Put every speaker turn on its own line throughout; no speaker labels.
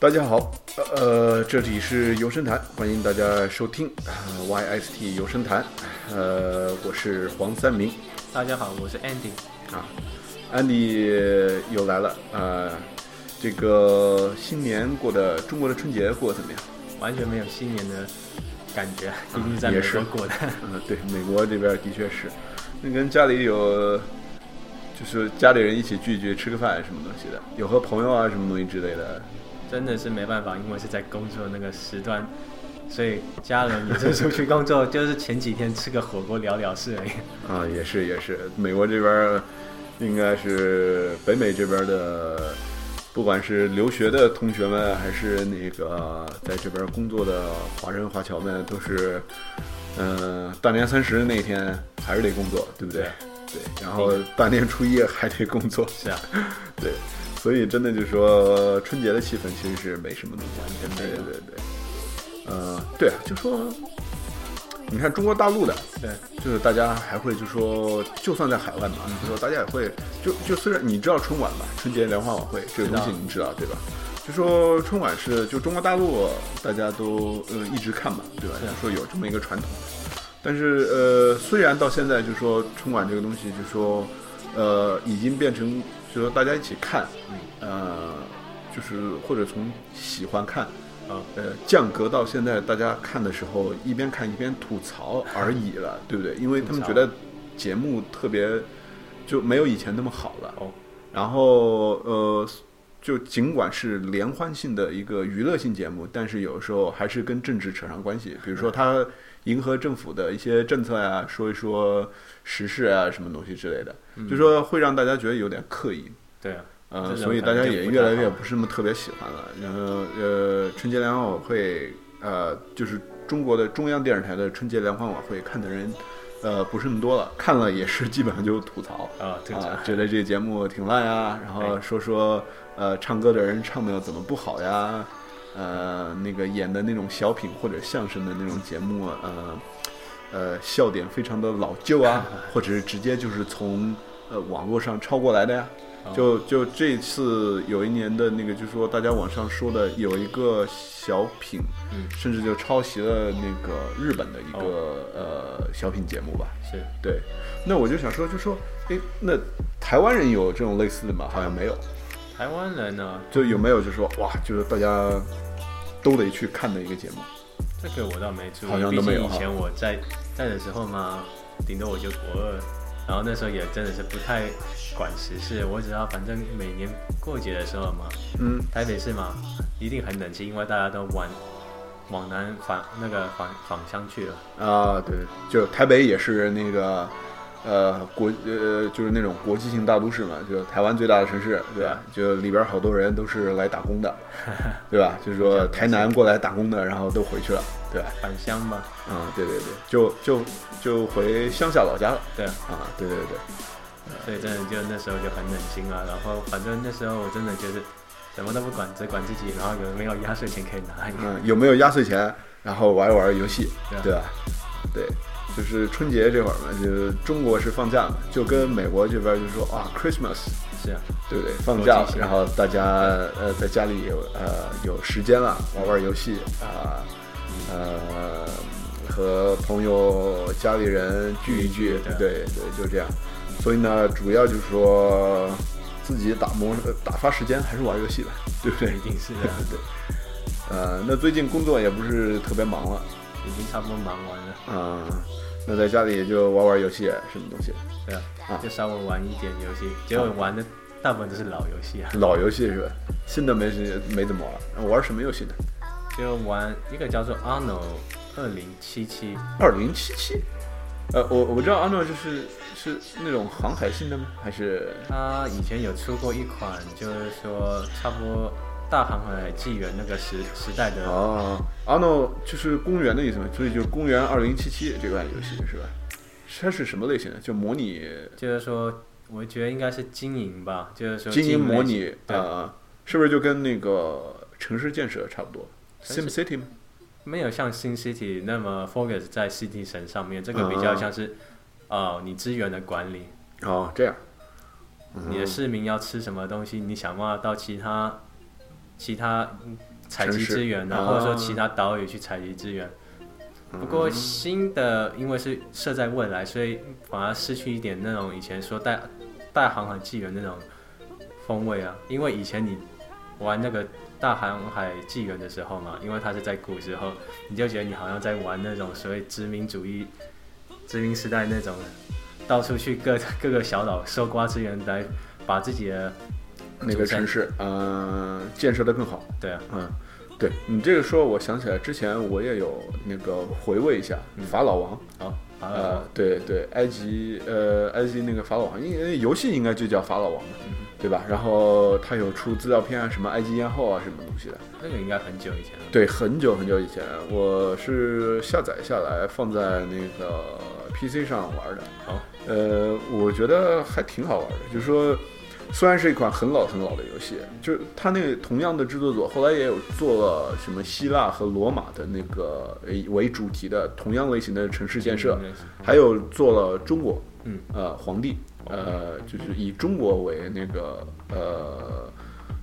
大家好，呃，这里是游声谈，欢迎大家收听呃 YST 游声谈，呃，我是黄三明
大家好，我是 Andy。
啊，安迪又来了啊、呃这个新年过的，中国的春节过得怎么样？
完全没有新年的感觉，一定在
啊也
美
是
国过的。
嗯，对，美国这边的确是，那跟家里有，就是家里人一起聚一聚，吃个饭什么东西的，有和朋友啊什么东西之类的，
真的是没办法，因为是在工作那个时段，所以家人也是出去工作，就是前几天吃个火锅聊聊事而已。
啊，也是也是，美国这边儿应该是北美这边儿的，不管是留学的同学们，还是那个在这边儿工作的华人华侨们，都是，嗯、大年三十那天还是得工作，对不对？对，然后大年初一还得工作，
是啊，
对，所以真的就是说春节的气氛其实是没什么东西，
完全没有
对对对，呃，对啊，就说你看中国大陆的，
对，
就是大家还会就说，就算在海外嘛，就说大家也会就就虽然你知道春晚吧，春节联欢晚会这个东西
知道
你知道对吧？就说春晚是就中国大陆大家都呃一直看嘛，对吧？
是啊
就说有这么一个传统，但是呃虽然到现在就说春晚这个东西就说呃已经变成就说大家一起看，呃就是或者从喜欢看。
哦，
呃，降格到现在大家看的时候，一边看一边吐槽而已了，对不对？因为他们觉得节目特别就没有以前那么好了。
哦，
然后呃，就尽管是联欢性的一个娱乐性节目，但是有时候还是跟政治扯上关系，比如说它迎合政府的一些政策呀、说一说时事啊什么东西之类的，就说会让大家觉得有点刻意。
对啊，
呃，
这种
所以
可
大
能
家
就
也
不
越
太
来越
好
不是那么特别喜欢了。然后呃，春节联欢晚会，呃，就是中国的中央电视台的春节联欢晚会，看的人呃不是那么多了，看了也是基本上就是吐槽。
啊，对
啊
啊，，
觉得这节目挺烂呀，然后
哎
说说呃，唱歌的人唱的怎么不好呀，呃，那个演的那种小品或者相声的那种节目，呃，呃，笑点非常的老旧 啊，或者是直接就是从呃网络上抄过来的呀。
哦
就就这次有一年的那个，就说大家网上说的有一个小品，
嗯哦
甚至就抄袭了那个日本的一个、呃小品节目吧。
是
对，那我就想说，就说，诶，那台湾人有这种类似的吗？好像没有，
台湾人呢，
就有没有就说哇，就是大家都得去看的一个节目
这个我倒没注意，
好像都没有
毕竟以前我在在的时候嘛，顶多我就国二，然后那时候也真的是不太管时事，我只要反正每年过节的时候嘛，
嗯，
台北市嘛，一定很冷清，因为大家都往往南返那个返返乡去了。
啊，对，就台北也是那个。呃，国呃就是那种国际性大都市嘛，就台湾最大的城市，对吧？就里边好多人都是来打工的，对吧？就是说台南过来打工的，然后都回去了，对吧？
返乡嘛，
嗯，对对对，就就就回乡下老家了
对啊，
啊，对对对。
所以真的就那时候就很冷清啊。然后反正那时候我真的就是什么都不管，只管自己，然后有没有压岁钱可以拿。
嗯，有没有压岁钱，然后玩一玩游戏，
对啊
对吧？对，就是春节这会儿嘛，就是中国是放假嘛，就跟美国这边就说啊，Christmas，
是啊，
对不对？放假
国
了，
际性
然后大家呃在家里有呃有时间了，玩玩游戏啊，呃和朋友家里人聚一聚，对对，就这样。所以呢，主要就是说自己打磨打发时间还是玩游戏吧，对不对
一？定是的、啊，
对，呃，那最近工作也不是特别忙了，
已经差不多忙完了。
啊、那在家里也就玩玩游戏什么东西，
对啊
啊，
就稍微玩一点游戏，结果玩的大部分都是老游戏啊，
老游戏是吧？新的没没怎么玩，玩什么游戏呢？
就玩一个叫做 Arno 二零七七，
二零七七，呃，我我知道安诺就是是那种航海性的吗？还是
它以前有出过一款，就是说差不多大航海纪元那个时时代的
哦，安诺就是公园的意思嘛，所以就是公园二零七七这款游戏是吧？它是什么类型的？就模拟
就是说，我觉得应该是经营吧，就是说
经营模
类
拟
型
啊、
对，
呃，是不是就跟那个城市建设差不多
城
？Sim
市
City 吗？
没有像新 City 那么 focus 在 City 神上面，这
啊
个比较像是，哦，你资源的管理，
哦，这样。嗯
你的市民要吃什么东西，你想办法到其他其他采
城
集
市
资源啊，
啊嗯
或者说其他岛屿去采集资源。不过新的因为是设在未来，所以反而失去一点那种以前说大大航海纪元那种风味啊。因为以前你玩那个大航海纪元的时候嘛，因为它是在古时候，你就觉得你好像在玩那种所谓殖民主义、殖民时代那种，到处去各各个小岛搜刮资源来把自己的
那个城市，嗯、建设的更好。
对啊，
嗯，对你这个说，我想起来之前我也有那个回味一下嗯法老王，
好、好了。
呃，对对，埃及呃埃及那个法老王，因为游戏应该就叫法老王嘛，对吧？然后他有出资料片啊，什么埃及艳后啊，什么东西的。
那个应该很久以前了。
对，很久很久以前，我是下载下来放在那个 PC 上玩的。
哦，
呃，我觉得还挺好玩的，就是说，虽然是一款很老很老的游戏，就是它那个同样的制作组后来也有做了什么希腊和罗马的那个呃为主题的同样类型的城市建设，嗯
应该是
还有做了中国，
嗯，
呃，皇帝，呃，就是以中国为那个呃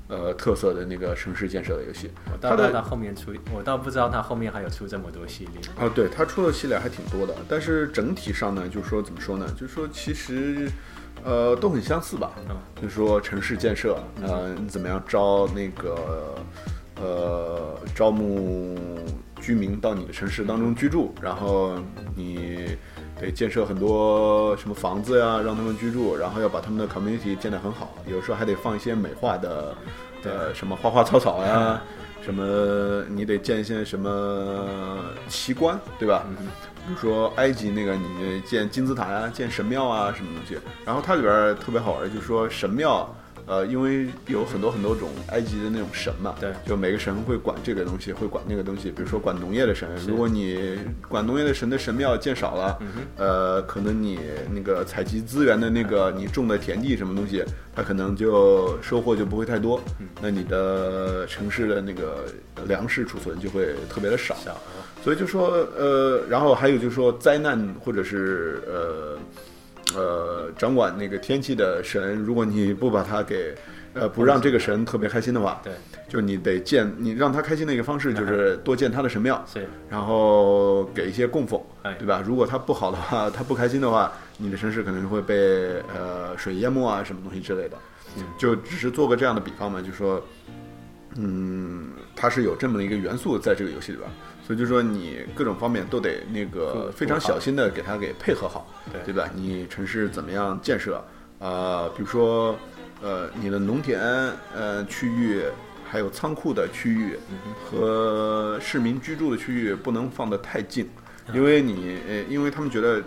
呃特色的那个城市建设的游戏。
我
它
倒不
的
知道后面出，我倒不知道他后面还有出这么多系列。
哦，对，它出的系列还挺多的，但是整体上呢，就是说怎么说呢，就是说其实，呃，都很相似吧。
嗯
就是说城市建设，呃，你怎么样招那个，呃，招募居民到你的城市当中居住，然后你得建设很多什么房子呀，让他们居住，然后要把他们的 community 建得很好，有时候还得放一些美化的，呃，什么花花草草呀。什么你得建一些什么奇观，对吧？比如说埃及那个，你建金字塔啊，建神庙啊，什么东西。然后它里边儿特别好玩儿，就是说神庙，呃，因为有很多很多种埃及的那种神嘛，
对
就每个神会管这个东西，会管那个东西。比如说管农业的神，如果你管农业的神的神庙建少了，呃，可能你那个采集资源的那个你种的田地什么东西，它可能就收获就不会太多，那你的城市的那个粮食储存就会特别的少。
小
所以就说呃，然后还有就是说灾难或者是呃呃掌管那个天气的神，如果你不把它给呃不让这个神特别开心的话，
对，
就你得建你让他开心的一个方式就是多建他的神庙，
是
然后给一些供奉
哎，
对吧？如果他不好的话，他不开心的话，你的城市可能会被呃水淹没啊，什么东西之类的。就只是做个这样的比方嘛，就说，嗯，它是有这么一个元素在这个游戏里边儿，所以就说你各种方面都得那个非常小心的给它给配合好，
对
对吧？你城市怎么样建设？呃，比如说，呃，你的农田呃区域，还有仓库的区域和市民居住的区域不能放得太近，因为你呃，因为他们觉得，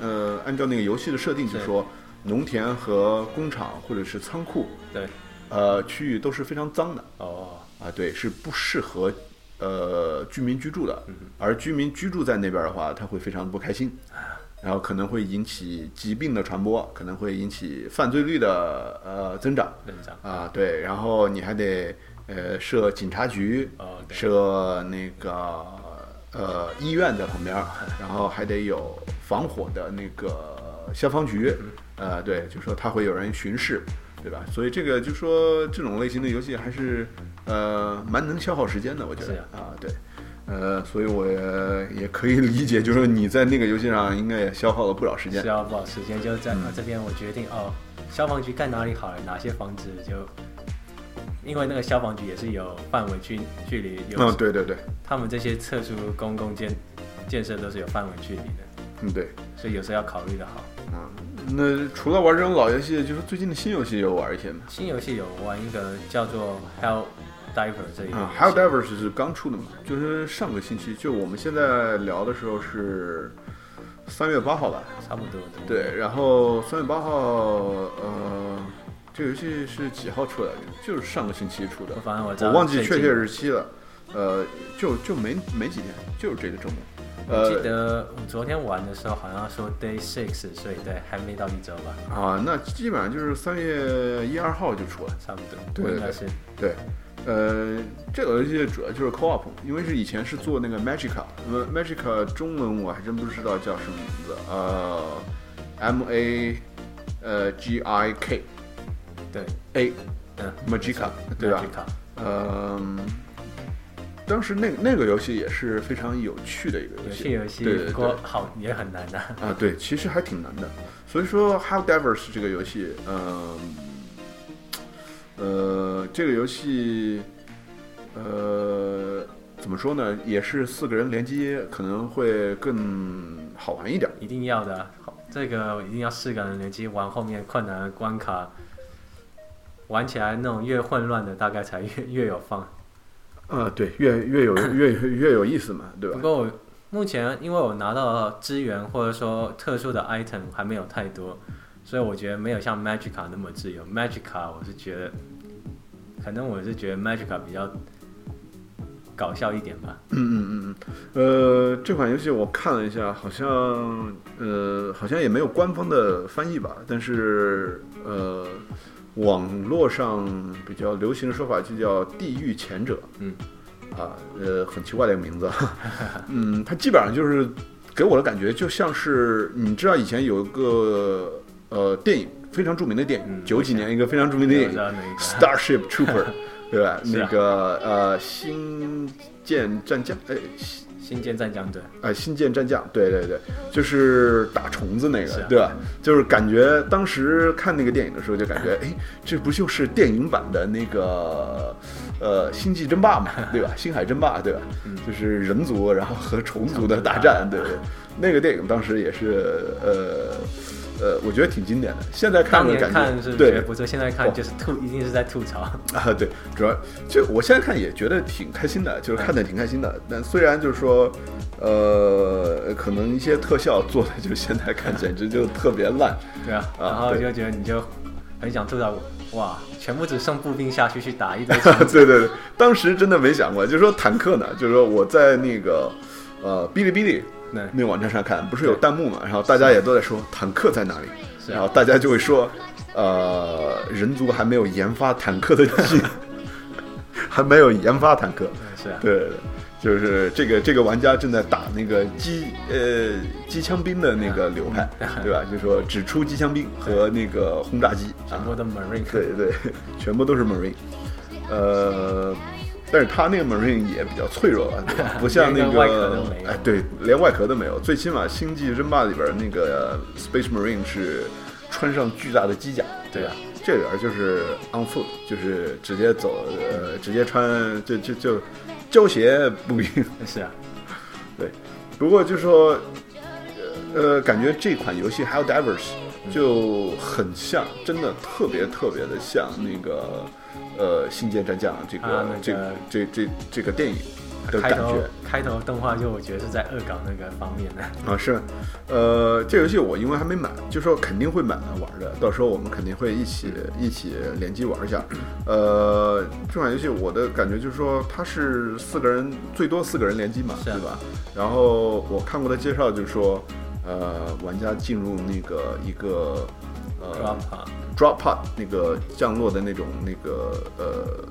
呃，按照那个游戏的设定就是说，农田和工厂或者是仓库，
对
呃，区域都是非常脏的
哦，
啊，对，是不适合呃居民居住的。而居民居住在那边的话，他会非常不开心，然后可能会引起疾病的传播，可能会引起犯罪率的呃增长
认长
啊，对，然后你还得呃设警察局，
哦对
设那个呃医院在旁 边儿，然后还得有防火的那个消防局，
嗯
呃，对，就说他会有人巡视，对吧？所以这个就说这种类型的游戏还是呃蛮能消耗时间的，我觉得
是啊
啊，对。呃，所以我也也可以理解，就是说你在那个游戏上应该也嗯消耗了不少时间
是。要啊不好时间就在、这边，我决定哦，消防局盖哪里好了，哪些房子就。因为那个消防局也是有范围距距离有，
嗯，对对对，
他们这些特殊公共建建设都是有范围距离的，
嗯对。
所以有时候要考虑的好。
啊，那除了玩这种老游戏，就是最近的新游戏有玩一些吗？
新游戏有玩一个叫做 Hell Diver 这一个游
啊
戏，
h e l l Divers 是刚出的嘛，就是上个星期，就我们现在聊的时候是三月八号吧？
差不多的。
对，然后三月八号，呃，这游戏是几号出来的？就是上个星期出的，
反正我知道
我忘记
最近
确切日期了。呃，就就没没几天，就是这个周末。
我记
呃，
得我昨天玩的时候好像说 day six，所以对，还没到一周吧，
啊，那基本上就是三月一二号就出了。
差不多。
对对对
我应该是
对，呃，这个游戏主要就是 co-op，因为是以前是做那个 Magica，呃，Magica 中文我还真不知道叫什么名字，呃，M A，呃，G I K
对，
A
嗯
Magica 对吧？
？Magica，
嗯、当时那那个游戏也是非常有趣的一个游
有
戏，
些游戏
对对
过
对
好也很难的、啊，
啊，对，其实还挺难的。所以说《How Divers》这个游戏，嗯，呃，这个游戏，呃，怎么说呢？也是四个人联机可能会更好玩一点。
一定要的。好这个一定要四个人联机玩后面困难的关卡，玩起来那种越混乱的大概才越越有放。
啊，对，越越有越越有意思嘛，对
不
吧？
过我目前因为我拿到资源或者说特殊的 item 还没有太多，所以我觉得没有像 Magica 那么自由。Magica 我是觉得，可能我是觉得 Magica 比较搞笑一点吧。
嗯嗯嗯嗯。呃，这款游戏我看了一下，好像呃好像也没有官方的翻译吧，但是呃网络上比较流行的说法就叫“地狱前者”。
嗯。
啊，呃，很奇怪的一个名字。 嗯，它基本上就是给我的感觉就像是你知道以前有一个呃电影非常著名的电影，
嗯
九几年一个非常著名的电
我
影
知道那个
Starship Trooper，对吧？
是啊
那个呃，星舰战将，哎，星
新建战 将队，
呃，星舰战将，对对对，就是打虫子那个，
是啊
对吧？就是感觉当时看那个电影的时候，就感觉，哎，这不就是电影版的那个呃，星际争霸嘛，对吧？星海争霸，对吧？
嗯
就是人族然后和虫族的大战，对对
啊
对。那个电影当时也是呃。呃，我觉得挺经典的。现在看
当
的
年
感
看
觉，
是觉
对
得不错，现在看就是吐，一定是在吐槽。
啊，对，主要就我现在看也觉得挺开心的，就是看的挺开心的。但虽然就是说，呃，可能一些特效做的就现在看简直就特别烂，
对啊，
啊
然后
对
就觉得你就很想吐槽，哇，全部只送步兵下去去打一堆
对啊对对，当时真的没想过，就是说坦克呢，就是说我在那个呃哔哩哔哩
那
那个网站上看，不是有弹幕嘛，然后大家也都在说坦克在哪里，
是
然后
啊，
大家就会说，呃，人族还没有研发坦克的技， 还没有研发坦克。
嗯 是啊，
对对对，就是这个这个玩家正在打那个机呃机枪兵的那个流派，对吧？就说只出机枪兵和那个轰炸机
全
啊
部，都 marine，
对对，全部都是 marine，呃。但是他那个 marine 也比较脆弱啊，对吧不像那
连个外壳都
个
没有
哎，对，连外壳都没有。最起码《星际争霸》里边那个呃 Space Marine 是穿上巨大的机甲，
对啊，
这里边就是 on foot，就是直接走，呃，直接穿，就就就胶鞋步兵。
是啊，
不过就说，呃呃，感觉这款游戏还有 Divers
嗯
就很像，真的特别特别的像那个呃《星舰战将》这个、
啊那个
这个这这这个电影的
开
感
头
觉。
开头动画就我觉得是在恶搞那个方面的，
啊，是，呃，这游戏我因为还没买，就说肯定会买来玩的，到时候我们肯定会一起一起联机玩一下。呃，这款游戏我的感觉就是说，它是四个人最多四个人联机嘛，
是
对
啊
吧？然后我看过的介绍就是说，呃，玩家进入那个一个呃
drop 啊
drop pod 那个降落的那种那个呃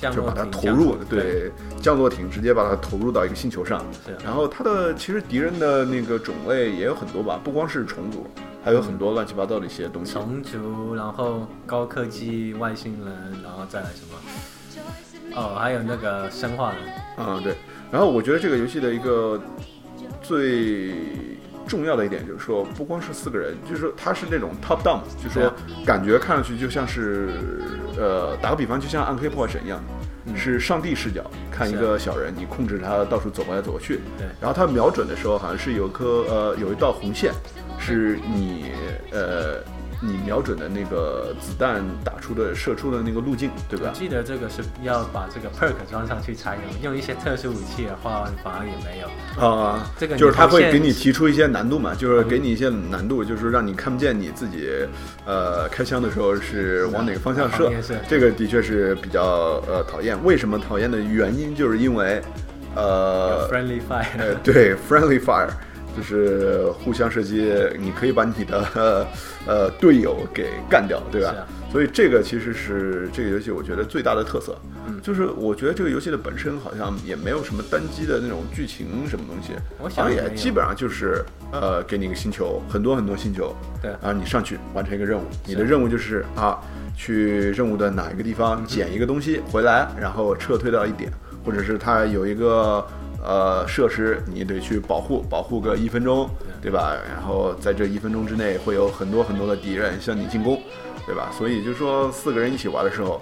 降
就
落
把它
艇
投
降
入
落，对，
对，降落艇直接把它投入到一个星球上。
是啊
然后它的其实敌人的那个种类也有很多吧，不光是虫族，还有很多乱七八糟的一些东西。
虫族，然后高科技外星人，然后再来什么？哦，还有那个生化人，
嗯，对。然后我觉得这个游戏的一个最重要的一点就是说，不光是四个人，就是说它是那种 top down，就是
对
说
啊
感觉看上去就像是呃，打个比方，就像《暗黑破坏神》一样。
嗯
是上帝视角看一
是啊
个小人，你控制他到处走来走去，
对，
然后他瞄准的时候，好像是有一颗呃有一道红线，是你呃你瞄准的那个子弹打出的射出的那个路径，对啊
我
吧？
记得这个是要把这个 perk 装上去才有，用一些特殊武器的话反而也没有。
啊、
这个
就是他
你
会
无限
给你提出一些难度嘛，就是给你一些难度，就是让你看不见你自己呃开枪的时候是往哪个方向
往
射
哪个方向射，
这个的确是比较呃讨厌。为什么讨厌的原因，就是因为呃
有 friendly
呃
fire，，
对，friendly fire 就是互相射击，你可以把你的呃呃队友给干掉，对吧？
是啊
所以这个其实是这个游戏我觉得最大的特色，
嗯
就是我觉得这个游戏的本身好像也没有什么单机的那种剧情什么东西，好
我想
像也
没有
基本上就是呃给你一个星球，很多很多星球，
对
然后你上去完成一个任务，你的任务就是
嗯
啊去任务的哪一个地方捡一个东西回来，然后撤退到一点。或者是它有一个呃设施，你得去保护，保护个一分钟，对吧？然后在这一分钟之内会有很多很多的敌人向你进攻，对吧？所以就说四个人一起玩的时候，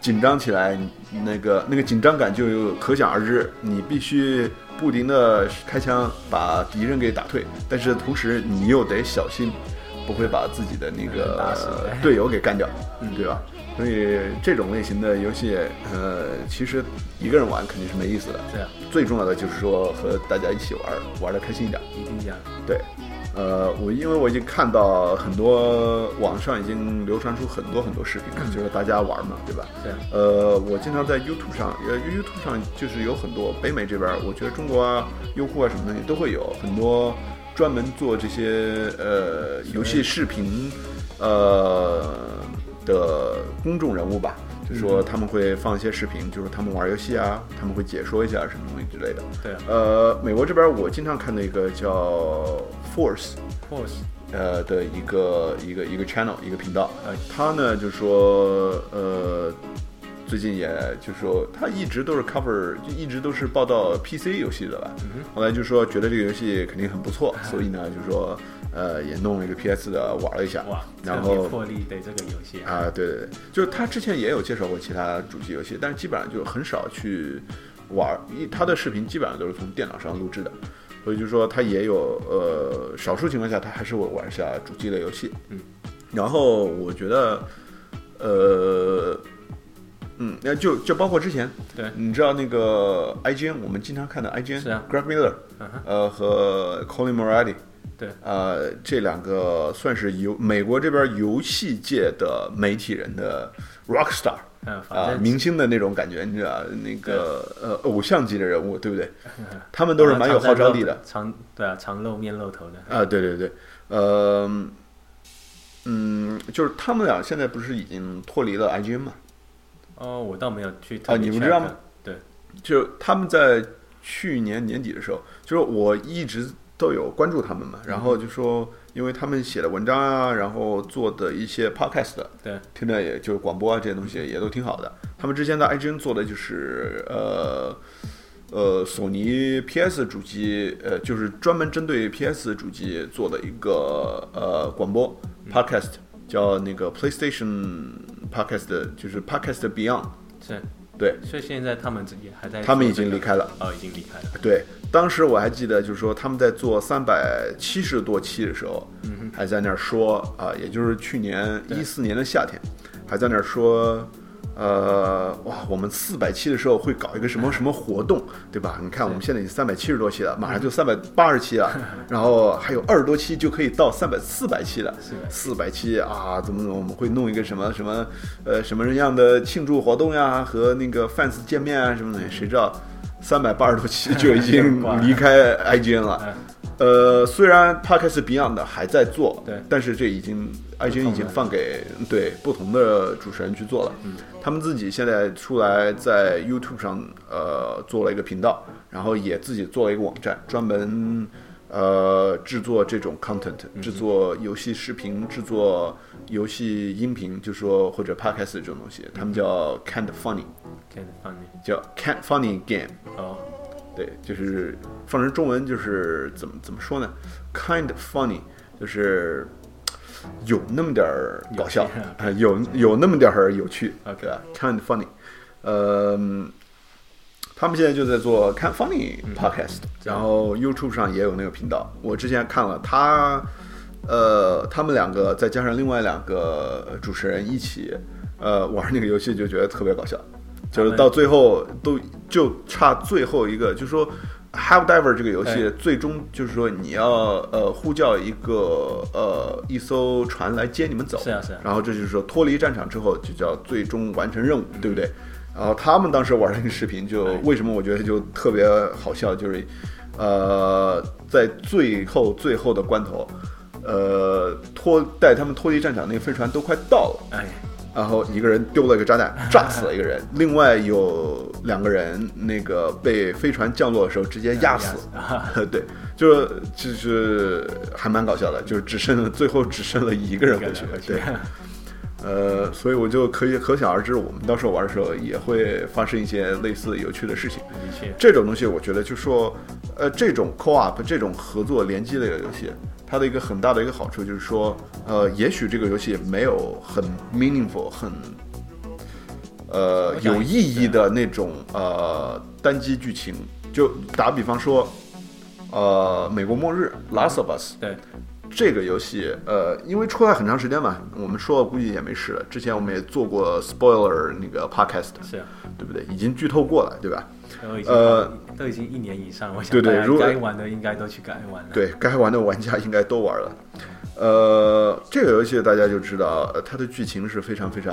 紧张起来，那个那个紧张感就有可想而知。你必须不停的开枪把敌人给打退，但是同时你又得小心，不会把自己的那
打死嗯
个
呗
队友给干掉，对吧？所以这种类型的游戏，呃，其实一个人玩肯定是没意思的。
对啊，
最重要的就是说和大家一起玩，玩的开心一点。
一定要
对，呃，我因为我已经看到很多网上已经流传出很多很多视频
嗯
了，就是大家玩嘛，对吧？
对啊，
呃，我经常在 YouTube 上，呃，YouTube 上就是有很多北美这边儿，我觉得中国啊、优酷啊什么东西都会有很多专门做这些呃游戏视频呃的公众人物吧，就
嗯
说他们会放一些视频，就是他们玩游戏啊，他们会解说一下什么东西之类的。
对啊
呃，美国这边儿我经常看到一个叫 Force，
，Force
呃的一个一个一个 channel 一个频道
呃，
他呢就说呃，最近也就说他一直都是 cover，就一直都是报道 PC 游戏的吧。后来就说觉得这个游戏肯定很不错，
啊
所以呢就说呃也弄了一个 PS 的玩了一下
哇，，
然
特别
后
魄力对这个游戏啊，
啊，对对对，就是他之前也有介绍过其他主机游戏，但是基本上就很少去玩儿，一他的视频基本上都是从电脑上录制的，所以就说他也有呃，少数情况下他还是会玩一下主机的游戏。
嗯，
然后我觉得，呃，嗯，那就就包括之前
对，
你知道那个 IGN，我们经常看的 IGN
是啊
Greg Miller，、
嗯哼
呃和 Colin Moretti，
对，
呃这两个算是游美国这边游戏界的媒体人的 rock star
嗯，
啊、
反正
明星的那种感觉，你知道那个呃偶像级的人物，对 不对？
嗯
他们都是蛮有号召力的，
常对啊，常露面露头的，
啊，对对对，呃，嗯，就是他们俩现在不是已经脱离了 IGN 嘛？
哦，我倒没有去特
啊
别
你不
check
知道吗？
对，
就是他们在去年年底的时候，就是我一直都有关注他们嘛，然后就说，因为他们写的文章啊，然后做的一些 podcast，
对，
听着也就是广播啊这些东西也都挺好的。他们之前在 IGN 做的就是呃呃索尼 PS 主机，呃就是专门针对 PS 主机做的一个呃广播 podcast，叫那个 PlayStation podcast，就是 podcast Beyond，
是，
对。
所以现在他们也还在，
他们已经离，开了，
哦，已经离开了，
对，当时我还记得，就是说他们在做三百七十多期的时候，还在那儿说啊、也就是去年一四年的夏天，还在那儿说，呃，哇，我们四百期的时候会搞一个什么什么活动，对吧？你看我们现在已经三百七十多期了，马上就三百八十期了，然后还有二十多期就可以到三百四百期了。
是
四百期啊，怎么怎么，我们会弄一个什么什么，呃，什么样的庆祝活动呀，和那个 fans 见面啊什么的，谁知道三百八十多期就已经
挂了
离开 IGN 了。呃，虽然 Podcast Beyond 的还在做，
对
但是这已经 IGN 已经放给对不同的主持人去做了。他们自己现在出来在 YouTube 上呃做了一个频道，然后也自己做了一个网站，专门呃制作这种 content，制作游戏视频，制作游戏音频，就说或者 podcast 这种东西，他们叫 can't funny，
，Can Funny，
叫 can't funny game。
哦，
对，就是放成中文就是怎么怎么说呢？kind of funny，就是有那么点儿搞笑
有趣啊，
啊，有有那么点儿有趣
OK
对吧？kind of funny，呃，他们现在就在做 kind of funny
嗯
podcast，、然后 YouTube 上也有那个频道，我之前看了他。呃，他们两个再加上另外两个主持人一起，呃，玩那个游戏就觉得特别搞笑，
啊
就是到最后都就差最后一个，就是说 Have Diver 这个游戏
对
最终就是说你要呃呼叫一个呃一艘船来接你们走，
是啊是啊
然后这就是说脱离战场之后就叫最终完成任务，
嗯
对不对？然后他们当时玩那个视频就，为什么我觉得就特别好笑，就是呃在最后最后的关头。呃，脱带他们脱离战场，那个飞船都快到了，
哎，
然后一个人丢了一个炸 弹，炸死了一个人，另外有两个人那个被飞船降落的时候直接 压死。对，就是就是还蛮搞笑的，就是只剩了最后只剩了一个人回去
一个人回。去
对，呃，所以我就可以可想而知，我们到时候玩的时候也会发生一些类似有趣的事情。
的确，
这种东西，我觉得就说，呃，这种 co-op 这种合作联机类的游戏，它的一个很大的一个好处就是说，呃，也许这个游戏没有很 meaningful 很。呃，有意义的那种呃单机剧情，就打比方说，呃，《美国末日》（Last of Us）
对，
这个游戏，呃，因为出来很长时间嘛，我们说了估计也没事了。之前我们也做过 spoiler 那个 podcast，
是啊，
对不对？已经剧透过了，对吧？
都已经
呃
都已经一年以上，我想
对对
大家
如果
该玩的应该都去该玩了。
对该玩的玩家应该都玩了。呃，这个游戏大家就知道，呃它的剧情是非常非常，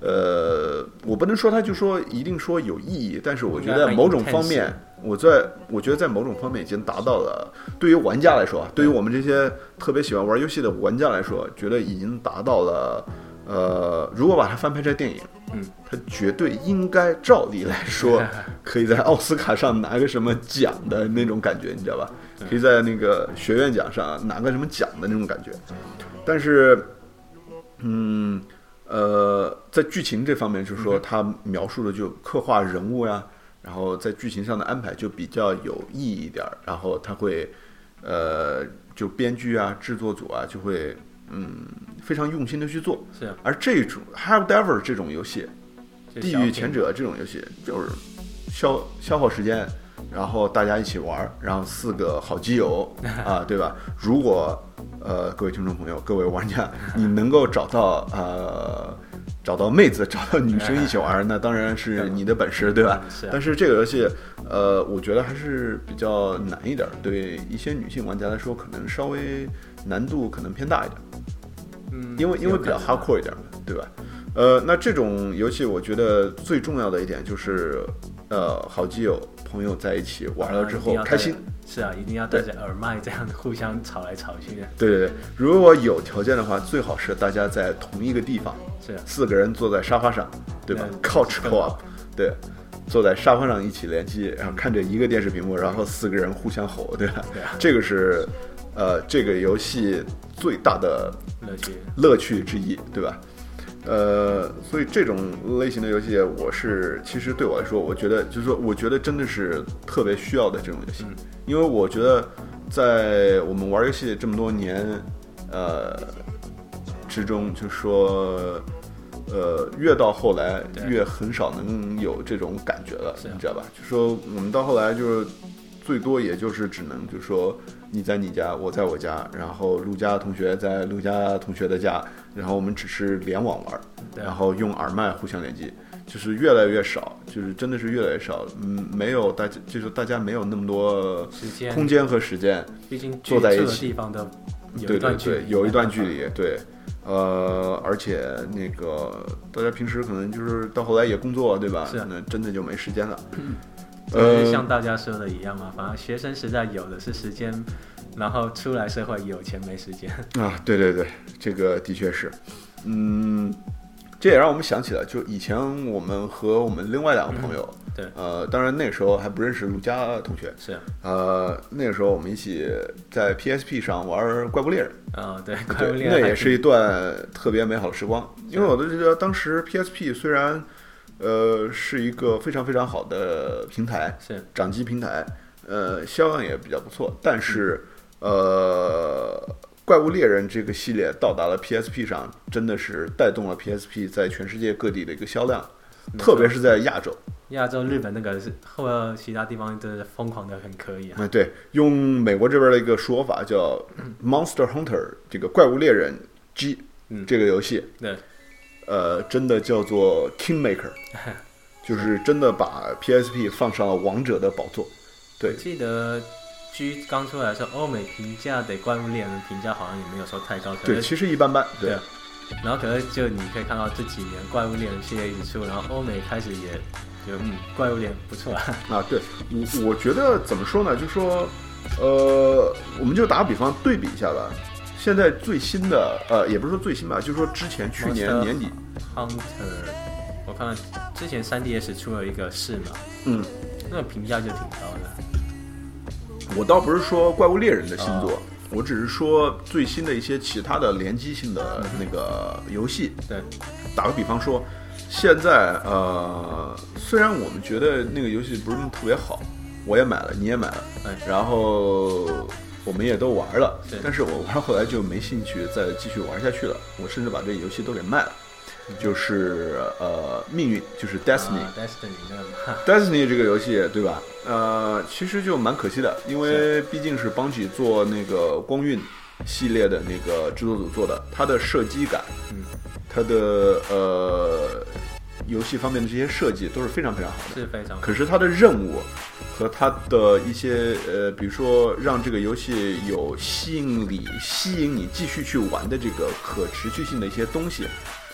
呃，我不能说它就说一定说有意义，但是我觉得某种方面，我在我觉得在某种方面已经达到了，对于玩家来说啊，对于我们这些特别喜欢玩游戏的玩家来说，觉得已经达到了，呃，如果把它翻拍成电影，
嗯，
它绝对应该照理来说可以在奥斯卡上拿个什么奖的那种感觉，你知道吧？可以在那个学院奖上拿个什么奖的那种感觉。但是，嗯，呃，在剧情这方面，就是说他描述的就刻画人物呀、然后在剧情上的安排就比较有意义一点儿，然后他会，呃，就编剧啊、制作组啊就会，嗯，非常用心的去做。
是啊，
而这种《Have Ever》这种游戏，《
就是
地
小
狱
品
前者》这种游戏就是消消耗时间，然后大家一起玩儿，然后四个好基 友啊，对吧？如果呃各位听众朋友、各位玩家，你能够找到呃找到妹子、找到女生一起玩儿，那当然是你的本事，对吧？
嗯是啊
但是这个游戏，呃，我觉得还是比较难一点儿，对一些女性玩家来说，可能稍微难度可能偏大一点。
嗯，
因为因为
有
比
可
较
能
hardcore 一点嘛，对吧？呃，那这种游戏我觉得最重要的一点就是，呃，好基友朋友在一起玩了之
一定
后
要戴
开心。
是啊，一定要戴着耳麦这样互相吵来吵去的，
对对对，如果有条件的话，最好是大家在同一个地方，
是啊，
四个人坐在沙发上，对吧
嗯
？Couch
更
co-op，
好
对，坐在沙发上一起联机，然后看着一个电视屏幕，然后四个人互相吼，对吧？
对啊
这个是，呃，这个游戏最大的
乐趣。
乐趣之一，对吧？呃，所以这种类型的游戏，我是其实对我来说，我觉得就是说，我觉得真的是特别需要的这种游戏，
嗯
因为我觉得在我们玩游戏这么多年，呃之中，就说。呃，越到后来
对
越很少能有这种感觉了，
是啊
你知道吧？就说我们到后来就是最多也就是只能就说你在你家，我在我家，然后陆家同学在陆家同学的家，然后我们只是联网玩儿，
对啊
然后用耳麦互相联机，就是越来越少，就是真的是越来越少，嗯，没有大家就是大家没有那么多
时间，
空间和时间，
毕竟
坐在一
居住的
起
地方的
对
有一
对
段距
对
离，，
有一段距离，对，呃，而且那个大家平时可能就是到后来也工作了，对吧？
是
那真的就没时间 了。
就
呃
是，像大家说的一样嘛，反正学生时代有的是时间，然后出来社会有钱没时间。
啊，对对对，这个的确是，嗯，这也让我们想起了，就以前我们和我们另外两个朋友，
对
呃，当然那个时候还不认识陆佳同学，
是啊，
呃，那个时候我们一起在 PSP 上玩怪物猎人，
啊对，怪物
对，
猎
那
人
也是一段特别美好的时光，因为我都觉得当时 PSP 虽然，呃，是一个非常非常好的平台，
是
掌机平台，呃，销量也比较不错，但是，
嗯
呃，怪物猎人这个系列到达了 PSP 上，真的是带动了 PSP 在全世界各地的一个销量，特别是在亚洲。
亚洲、日本那个是或其他地方真的疯狂的很可以啊。
嗯，对，用美国这边的一个说法叫 Monster Hunter，这个怪物猎人 G
嗯
这个游戏，
对，
呃，真的叫做 Kingmaker，就是真的把 PSP 放上了王者的宝座。对
我，记得 G 刚出来的时候，欧美评价对怪物猎人评价好像也没有说太高，可
对，
是
其实一般般。对
对，然后可是就你可以看到这几年怪物猎人系列一出，然后欧美开始也有怪物猎人不错啊，
啊，对我我觉得怎么说呢？就说，呃，我们就打个比方对比一下吧。现在最新的，呃，也不是说最新吧，就是说之前去年
Monster
年底，
Hunter，我看之前 3DS 出了一个是嘛，
嗯，
那个评价就挺高的。嗯
我倒不是说怪物猎人的新作，我只是说最新的一些其他的联机性的那个游戏。
对，
打个比方说，现在呃，虽然我们觉得那个游戏不是特别好，我也买了，你也买了，
哎
然后我们也都玩了
对，
但是我玩后来就没兴趣再继续玩下去了，我甚至把这游戏都给卖了。就是呃，命运就是 Destiny，、
嗯啊 Destiny 那个嘛，
Destiny 这个游戏，对吧？呃，其实就蛮可惜的，因为毕竟是邦吉做那个光晕系列的那个制作组做的，它的射击感，
嗯，
它的呃游戏方面的这些设计都是非常非常好的。
是非常
可是它的任务和它的一些呃，比如说让这个游戏有吸引力，吸引你继续去玩的这个可持续性的一些东西，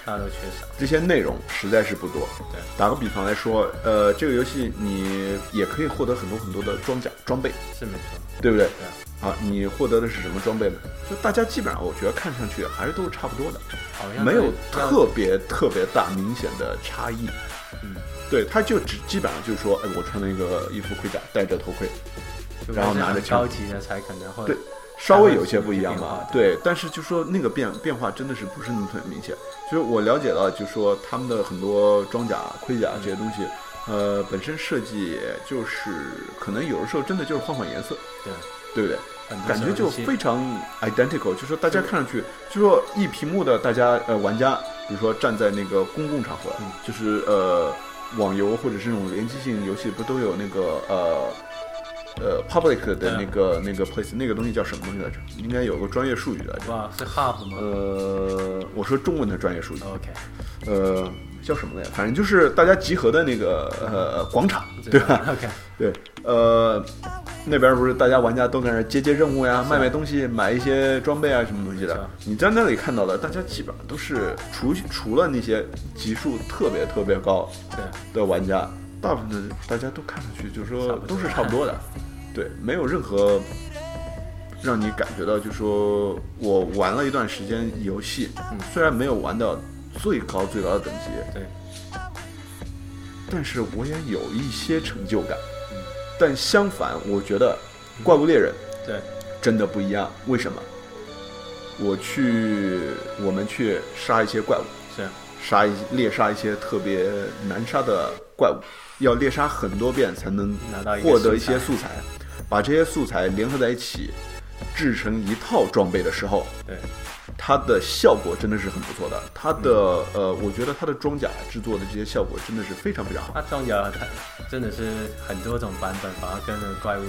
大家都缺少。
这些内容实在是不多。
对，
打个比方来说，呃，这个游戏你也可以获得很多很多的装甲装备，
是没错。
对不对？
对啊，
啊，你获得的是什么装备呢？就大家基本上我觉得看上去还是都是差不多的，
好像
没有
这样
特别特别大明显的差异。
嗯，
对，他就只基本上就是说，哎，我穿了一个衣服盔甲，戴着头盔，
就
然后拿着
很
枪
高级的才可能会
对稍微有些不一样
嗯变化
吧。对，但是就说那个变变化真的是不是那么特别明显。就是我了解到，就说他们的很多装甲、盔甲这些东西，
嗯
呃，本身设计也就是可能有的时候真的就是换换颜色，
对，
对不对？
很多
感觉
时候
就
一些
非常 identical，就说大家看上去，就说一屏幕的大家呃玩家，比如说站在那个公共场合，
嗯
就是呃网游或者是那种联机性游戏，不都有那个呃呃 public
嗯
的那个、那个 place 那个东西叫什么东西来着？应该有个专业术语来着。
哇是 hub 吗
呃，我说中文的专业术语，
？OK，
呃，叫什么来着？反正就是大家集合的那个呃广场，对吧？
？OK，
对，呃，那边不是大家玩家都在那儿接接任务呀，卖卖东西，买一些装备啊，什么东西
是
的
啊。
你在那里看到的，大家基本上都是除除了那些级数特别特别高
对，
的玩家，大部分的大家都看上去就是
差
说
不多
都是差不 多的，对，没有任何让你感觉到就说我玩了一段时间游戏，
嗯
虽然没有玩到最高最高的等级，
对，
但是我也有一些成就感。
嗯
但相反，我觉得《怪物猎人
对，》
真的不一样。为什么？我去，我们去杀一些怪物，
是，
杀一猎杀一些特别难杀的怪物，要猎杀很多遍才能
拿到一个
获得一
素
些
材
素材，把这些素材联合在一起，制成一套装备的时候，
对，
它的效果真的是很不错的。它的、呃，我觉得它的装甲制作的这些效果真的是非常非常好。
它装甲它真的是很多种版本，反而跟着怪物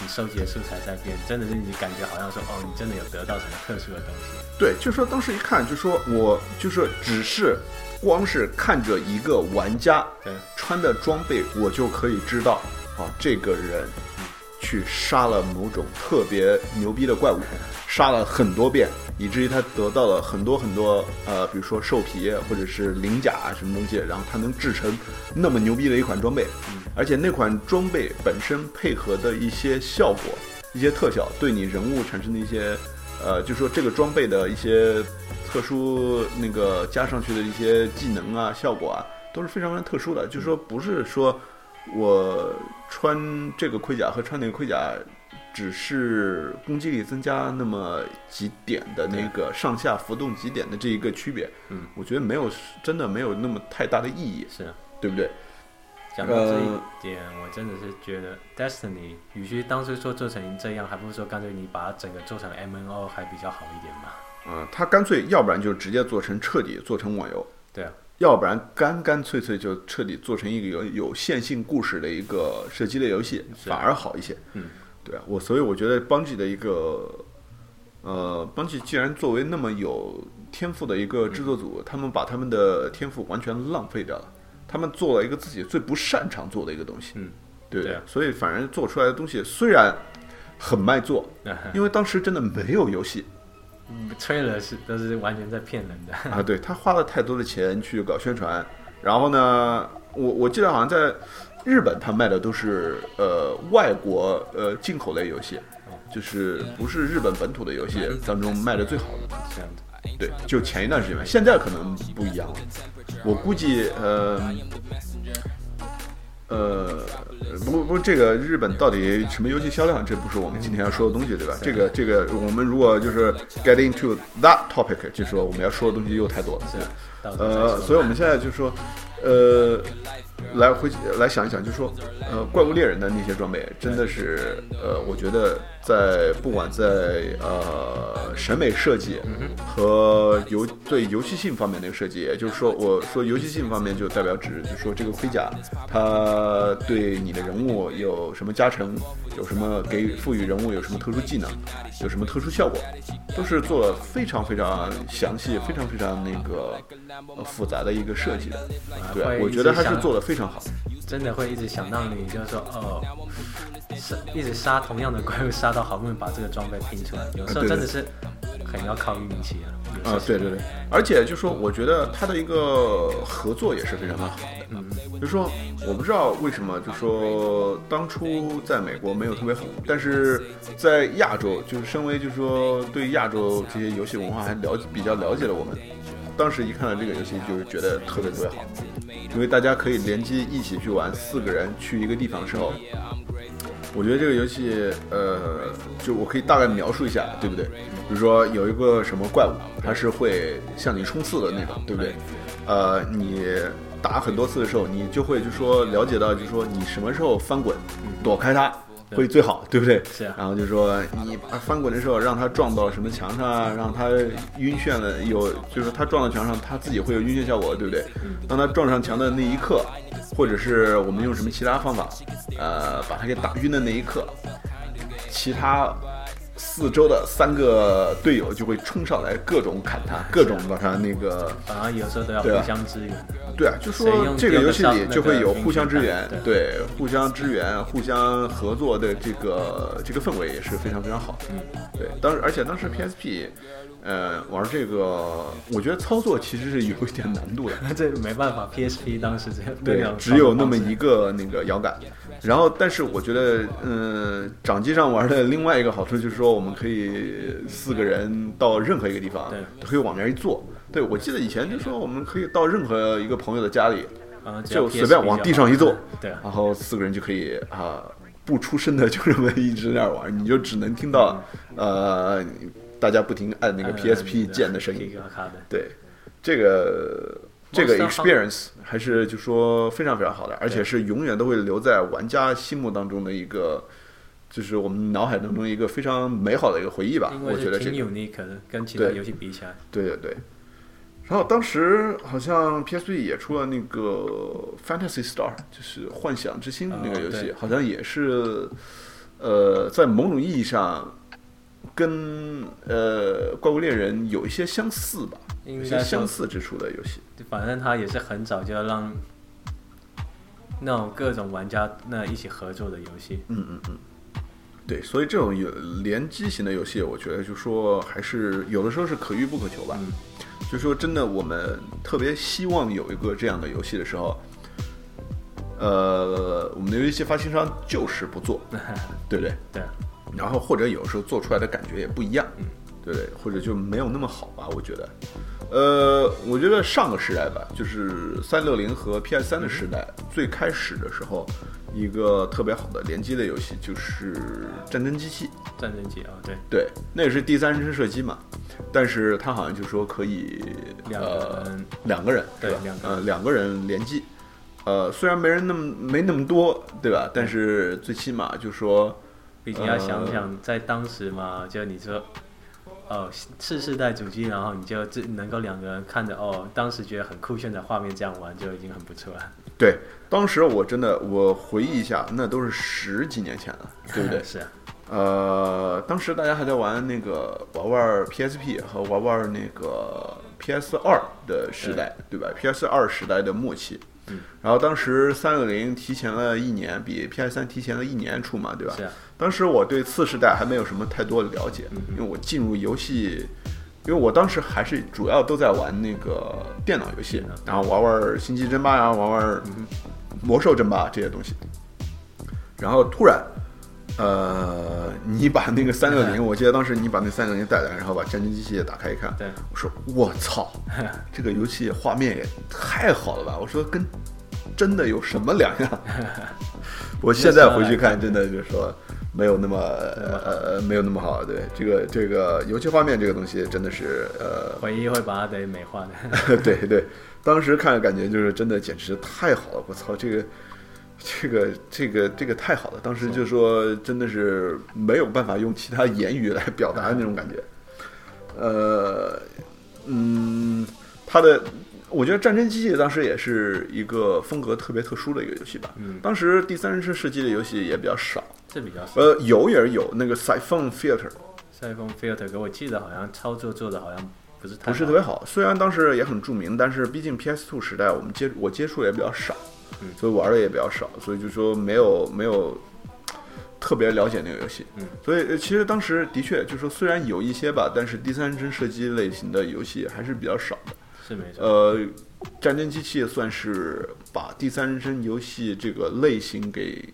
你收集的素材在变，真的是你感觉好像说哦，你真的有得到什么特殊的东西，
对，就说当时一看，就说我就是只是光是看着一个玩家
对，
穿的装备，我就可以知道啊，这个人去杀了某种特别牛逼的怪物，杀了很多遍，以至于他得到了很多很多呃，比如说兽皮或者是鳞甲啊什么东西，然后他能制成那么牛逼的一款装备，而且那款装备本身配合的一些效果、一些特效，对你人物产生的一些呃，就说这个装备的一些特殊那个加上去的一些技能啊、效果啊，都是非常非常特殊的。就是说，不是说我穿这个盔甲和穿那个盔甲，只是攻击力增加那么几点的那个上下浮动几点的这一个区别。
嗯，
我觉得没有真的没有那么太大的意义，
是。啊
对不对？
讲到这一点，我真的是觉得 Destiny，与其当初说做成这样，还不如说干脆你把它整个做成 MNO 还比较好一点嘛。
嗯，他干脆要不然就直接做成彻底做成网游，
对啊，
要不然干干脆脆就彻底做成一个有有线性故事的一个射击类游戏，
是
反而好一些。
嗯，
对啊，我所以我觉得邦吉的一个，呃，邦吉既然作为那么有天赋的一个制作
嗯
组，他们把他们的天赋完全浪费掉了，他们做了一个自己最不擅长做的一个东西。
嗯，
对不
对啊
所以反正做出来的东西虽然很卖座，因为当时真的没有游戏。
吹了是都是完全在骗人的。
啊，对他花了太多的钱去搞宣传，然后呢，我我记得好像在日本他卖的都是呃外国呃进口类游戏，就是不是日本本土的游戏当中卖的最好的。
这样子，
对，就前一段时间吧，现在可能不一样了。我估计呃，呃，不过不过这个日本到底什么游戏销量，这不是我们今天要说的东西，对吧？这个这个，我们如果就是 get into that topic，就说我们要说的东西又太多了。
是，啊到时候再
呃，
说
所以我们现在就说，呃，来回来想一想，就说，呃，怪物猎人的那些装备真的是，呃，我觉得在不管在呃审美设计和游对游戏性方面的设计，也就是说，我说游戏性方面就代表指，就说这个盔甲它对你的人物有什么加成，有什么给予赋予人物有什么特殊技能，有什么特殊效果，都是做了非常非常详细、非常非常那个、呃复杂的一个设计的。对啊
会，
我
一
觉
直
得还是
想
做的非常好。
真的会一直想到你，就是说哦，杀一直杀同样的怪物，杀到好不容易把这个装备拼出来，有时
啊对
候
对
真的是很要靠运气啊。有
啊
时，候
对对对，而且就说，我觉得他的一个合作也是非常的好的。
嗯，
就说我不知道为什么，就说当初在美国没有特别红，但是在亚洲，就是身为就是说对亚洲这些游戏文化还了解比较了解的我们，当时一看到这个游戏就是觉得特别特别好，因为大家可以联机一起去玩，四个人去一个地方的时候。我觉得这个游戏，呃，就我可以大概描述一下，对不对？比如说有一个什么怪物，它是会向你冲刺的那种，对不对？呃，你打很多次的时候，你就会就说了解到，就说你什么时候翻滚，躲开它会最好，对不对？
嗯是啊
然后就说你把它翻滚的时候，让它撞到什么墙上啊，让它晕眩了，有就是它撞到墙上，它自己会有晕眩效果，对不对？当它撞上墙的那一刻，或者是我们用什么其他方法，呃，把它给打晕的那一刻，其他四周的三个队友就会冲上来，各种砍他，各种把他那个。
反而有时候都要
对啊
互相支援。
对啊，就
所以
说
用
这个游戏里就会有
那个
互相支援
平衡，
对，互相支援、互相合作的这个这个氛围也是非常非常好。嗯，对，当时而且当时 PSP，呃，玩这个，我觉得操作其实是有一点难 度的，
这没办法，PSP 当时这
对
那，种
只有那么
方式
一个那个摇杆。然后，但是我觉得，嗯、掌机上玩的另外一个好处就是说，我们可以四个人到任何一个地方
对，
都可以往那儿一坐。对，我记得以前就说我们可以到任何一个朋友的家里，
嗯只要
就
PSP
随便往地上一坐，
对啊
然后四个人就可以啊、不出声的就这么一直在那儿玩，你就只能听到
嗯
呃大家不停按那个
呃
PSP 键的声音。
咔啊咔的。
对，这个这个
Monster Hunter
experience 还是就说非常非常好的，而且是永远都会留在玩家心目当中的一个，就是我们脑海当中一个非常美好的一个回忆吧。
因
啊我
为
觉得
是
这
挺
个，
unique 的，跟其他
对
游戏比起来，
对对对。然后当时好像 PSP 也出了那个 Fantasy Star，就是幻想之星
哦
那个游戏，
对
好像也是，呃，在某种意义上跟呃怪物猎人有一些相似吧，有
应
一些
该说
相似之处的游戏。
反正它也是很早就让那种各种玩家那一起合作的游戏。
嗯对，所以这种有联机型的游戏，我觉得就说还是有的时候是可遇不可求吧。就说真的，我们特别希望有一个这样的游戏的时候，呃，我们的游戏发行商就是不做，对不对？
对，啊
然后或者有时候做出来的感觉也不一样，
嗯
对不对？或者就没有那么好吧，我觉得。呃，我觉得上个时代吧，就是三六零和 PS 三的时
嗯
代，最开始的时候，一个特别好的联机的游戏就是《战争机器》，
战争机哦，对，
对，那也是第三人称射击嘛，但是它好像就说可以
两个
呃
人
两个人
对
吧
两？个人
呃两个人联机，呃虽然没人那么没那么多对吧？但是最起码就说
毕竟要想想在当时嘛，就你说。哦，次世代主机，然后你就自能够两个人看着哦，当时觉得很酷炫的画面，这样玩就已经很不错了。？
对，当时我真的我回忆一下，那都是十几年前了，对不对
是啊，
呃，当时大家还在玩那个玩玩 PSP 和玩玩那个 PS 二的时代，对吧？PS 二时代的末期，
嗯
然后当时三六零提前了一年，比 PS 三提前了一年出嘛，对吧？
是啊嗯
当时我对次世代还没有什么太多的了解，因为我进入游戏，因为我当时还是主要都在玩那个电脑游戏
电脑，嗯
然后玩玩星际争霸呀，玩玩魔兽争霸这些东西。然后突然，呃，你把那个三六零，我记得当时你把那三六零带来，然后把战争机器也打开一看，
对
我说我操，这个游戏画面也太好了吧！我说跟真的有什么两样？我现在回去看，真的就是说没有那么呃没有那么好。对，这个这个油漆画面这个东西真的是呃，
回忆会把它给美化的。
对对，当时看感觉就是真的简直太好了，我操，这个这个这个这个太好了，当时就说真的是没有办法用其他言语来表达的那种感觉。呃，嗯，它的。我觉得《战争机器》当时也是一个风格特别特殊的一个游戏吧。
嗯，
当时第三人世纪的游戏也比较少，
这比较少。
呃，有也是有那个 Siphon Filter，
赛风 filter 给我记得好像操作做的好像不是太
不是特别好。虽然当时也很著名，但是毕竟 PS2 时代我们接我接触也比较少，
嗯
所以玩的也比较少，所以就说没有没有特别了解那个游戏。
嗯，
所以呃其实当时的确就说虽然有一些吧，但是第三人称射击类型的游戏还是比较少的。
是没错。
呃，战争机器算是把第三人称游戏这个类型给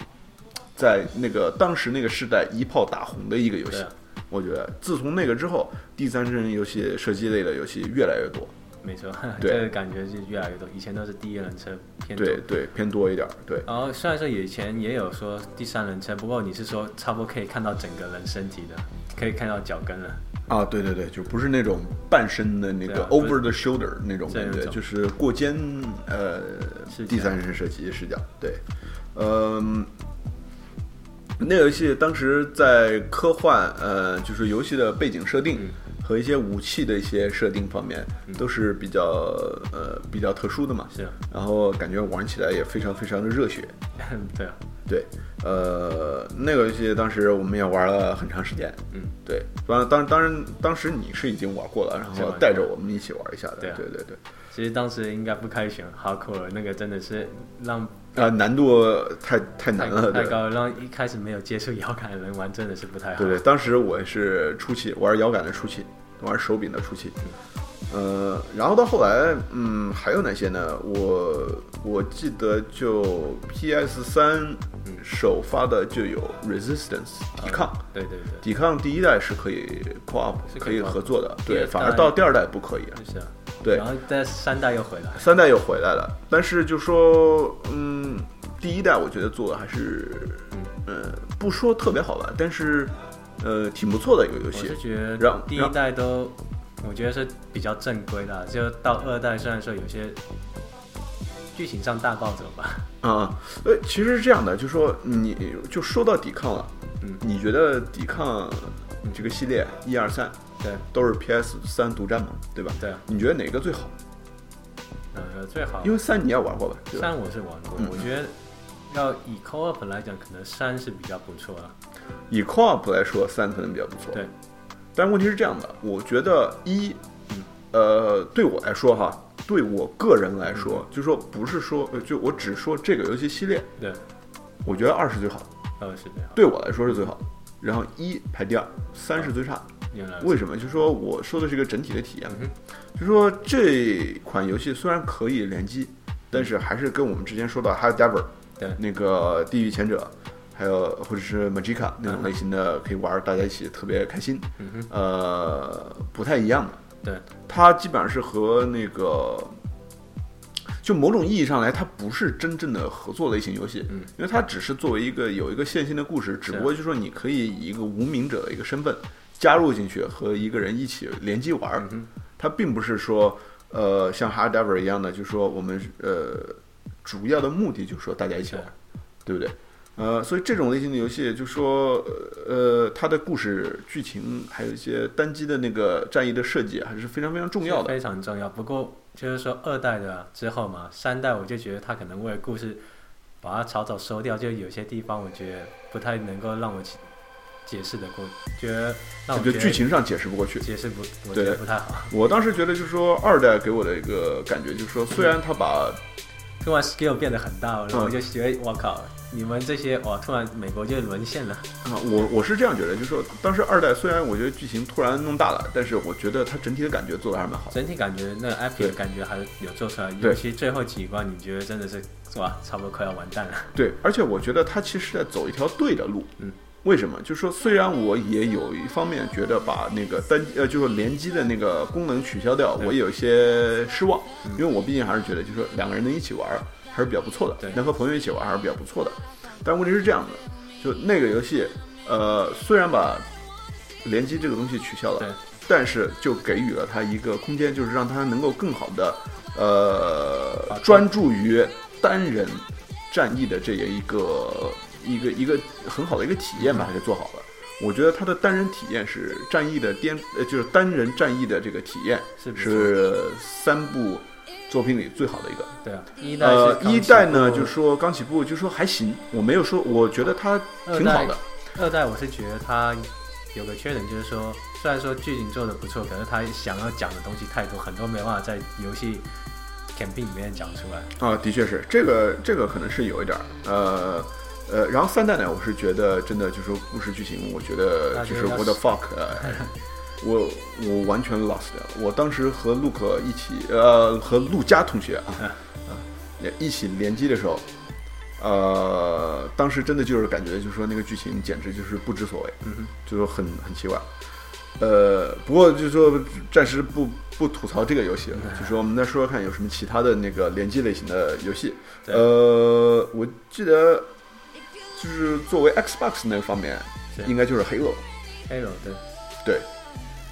在那个当时那个时代一炮打红的一个游戏
对啊。
我觉得自从那个之后，第三人称游戏射击类的游戏越来越多，
没错，
对
这个感觉是越来越多。以前都是第一人称偏多，啊
对对，偏多一点儿，对。
然后虽然说以前也有说第三人称，不过你是说差不多可以看到整个人身体的，可以看到脚跟了。
啊，对对对，就不是那种半身的那
对
个
啊不是
over the shoulder 那种感
这
觉，
种
就是过肩呃
视角
第三人称射击视角。对，嗯，那游戏当时在科幻呃，就是游戏的背景设定
嗯
和一些武器的一些设定方面
嗯
都是比较呃比较特殊的嘛，
是啊，
然后感觉玩起来也非常非常的热血。
对啊，
对，呃，那个游戏当时我们也玩了很长时间，
嗯，
对，当当当然当时你是已经玩过了，然
是
后
玩
带着我们一起玩一下的，
对啊
对对对，
其实当时应该不开选 hardcore 那个真的是让
啊、难度太太难
太
了，
太
对啊
高了，让一开始没有接触摇杆的人玩真的是不太好。
对对，当时我也是初期玩摇杆的初期，玩手柄的初期，
嗯
呃，然后到后来，嗯，还有哪些呢？我我记得就 PS 三
嗯
首发的就有 Resistance 抵抗。
对对对，
抵抗第一代是可以 co-op
是可
可
以
以
co-op
合作的，
第
对，
二代
反而到第二代不可以了。
就是啊。
对
然后在三代又回来，
三代又回来了，但是就说，嗯，第一代我觉得做的还是，
嗯
呃，不说特别好吧，但是，呃，挺不错的一个游
我是
戏。
觉得
让
第一代都，我觉得是比较正规的啊，就到二代虽然说有些剧情上大暴走吧，
啊，呃，其实是这样的，就说你就说到抵抗了，
嗯
你觉得抵抗这个系列一二三
对
都是 PS 三独占嘛，对吧？
对啊，
你觉得哪个最好？
呃最好
因为三你也玩过吧？对吧？嗯
三我是玩过，我觉得要以 co-op 来讲，可能三是比较不错啊了，
以 co-op 来说，三可能比较不错。
对，
但问题是这样的，我觉得一
嗯，
呃，对我来说哈，对我个人来说，就说不是说，呃就我只说这个游戏系列，
对，
我觉得二是最好的，
二是最好，
对我来说是最好的。然后一排第二，三是最差的。
原来
为什么？就说我说的是一个整体的体验
嗯，哼
就说这款游戏虽然可以联机，但是还是跟我们之前说到 Hard Diver，
对
那个地狱前者，还有或者是 Magica 那种类型的，可以玩儿大家一起特别开心。
嗯哼，
呃，不太一样的。
对，
它基本上是和那个，就某种意义上来，它不是真正的合作类型游戏，
嗯
因为它只是作为一个有一个线性的故事，只不过就说你可以以一个无名者的一个身份加入进去，和一个人一起联机玩儿。
嗯
它并不是说，呃，像 Hard Diver 一样的，就说我们呃主要的目的就是说大家一起玩儿，对不对？呃，所以这种类型的游戏，就说呃，它的故事剧情，还有一些单机的那个战役的设计，还是非常非常重
哼，
要
是
的。
非常重要。不过就是说二代的之后嘛，三代我就觉得他可能为了故事把它草草收掉，就有些地方我觉得不太能够让我解解释的过，觉得让我
就
觉
剧
得
情上解释不过去。
解释不，我觉
对
得不太好。
我当时觉得，就是说二代给我的一个感觉，就是说虽然它把
突然 skill 变得很大了，
嗯
我就觉得哎我靠，你们这些哇，突然美国就沦陷了。
啊，我我是这样觉得，就是说当时二代虽然我觉得剧情突然弄大了，但是我觉得它整体的感觉做的还是蛮好的。
整体感觉那个 epic
对
的感觉还是有做出来，
对
尤其最后几关，你觉得真的是哇，差不多快要完蛋了。
对，而且我觉得他其实在走一条对的路。
嗯，
为什么？就是说，虽然我也有一方面觉得把那个单呃，就是联机的那个功能取消掉，
对
我有一些失望，
嗯
因为我毕竟还是觉得，就是说两个人能一起玩儿，还是比较不错的，
对
能和朋友一起玩还是比较不错的。但问题是这样的，就那个游戏，呃，虽然把联机这个东西取消
对
了，但是就给予了它一个空间，就是让它能够更好的呃专注于单人战役的这样一个一个一个很好的一个体验吧，给做好了。我觉得它的单人体验是战役的颠，呃，就是单人战役的这个体验
是不错
是三部作品里最好的一个。
对啊，一代
呃，
是
一代呢，
刚起步
就说刚起步，就说还行，我没有说，我觉得它挺好的。
二代我是觉得它有个缺点，就是说，虽然说剧情做的不错，可是它想要讲的东西太多，很多没办法在游戏 campaign 里面讲出来。
啊，的确是这个，这个可能是有一点儿，呃，呃，然后三代呢，我是觉得真的就是说故事剧情，我觉得
那
就
就是要
what the fuck，呃 我我完全 lost 掉了。我当时和陆可一起，呃，和陆佳同学
嗯
啊，啊，也一起联机的时候，呃，当时真的就是感觉，就是说那个剧情简直就是不知所谓，
嗯
就说很很奇怪。呃，不过就是说暂时不不吐槽这个游戏了，
嗯
就说我们再说说看有什么其他的那个联机类型的游戏。
对
呃，我记得就是作为 Xbox 那方面
是，
应该就是黑恶，
哼，Halo 对
对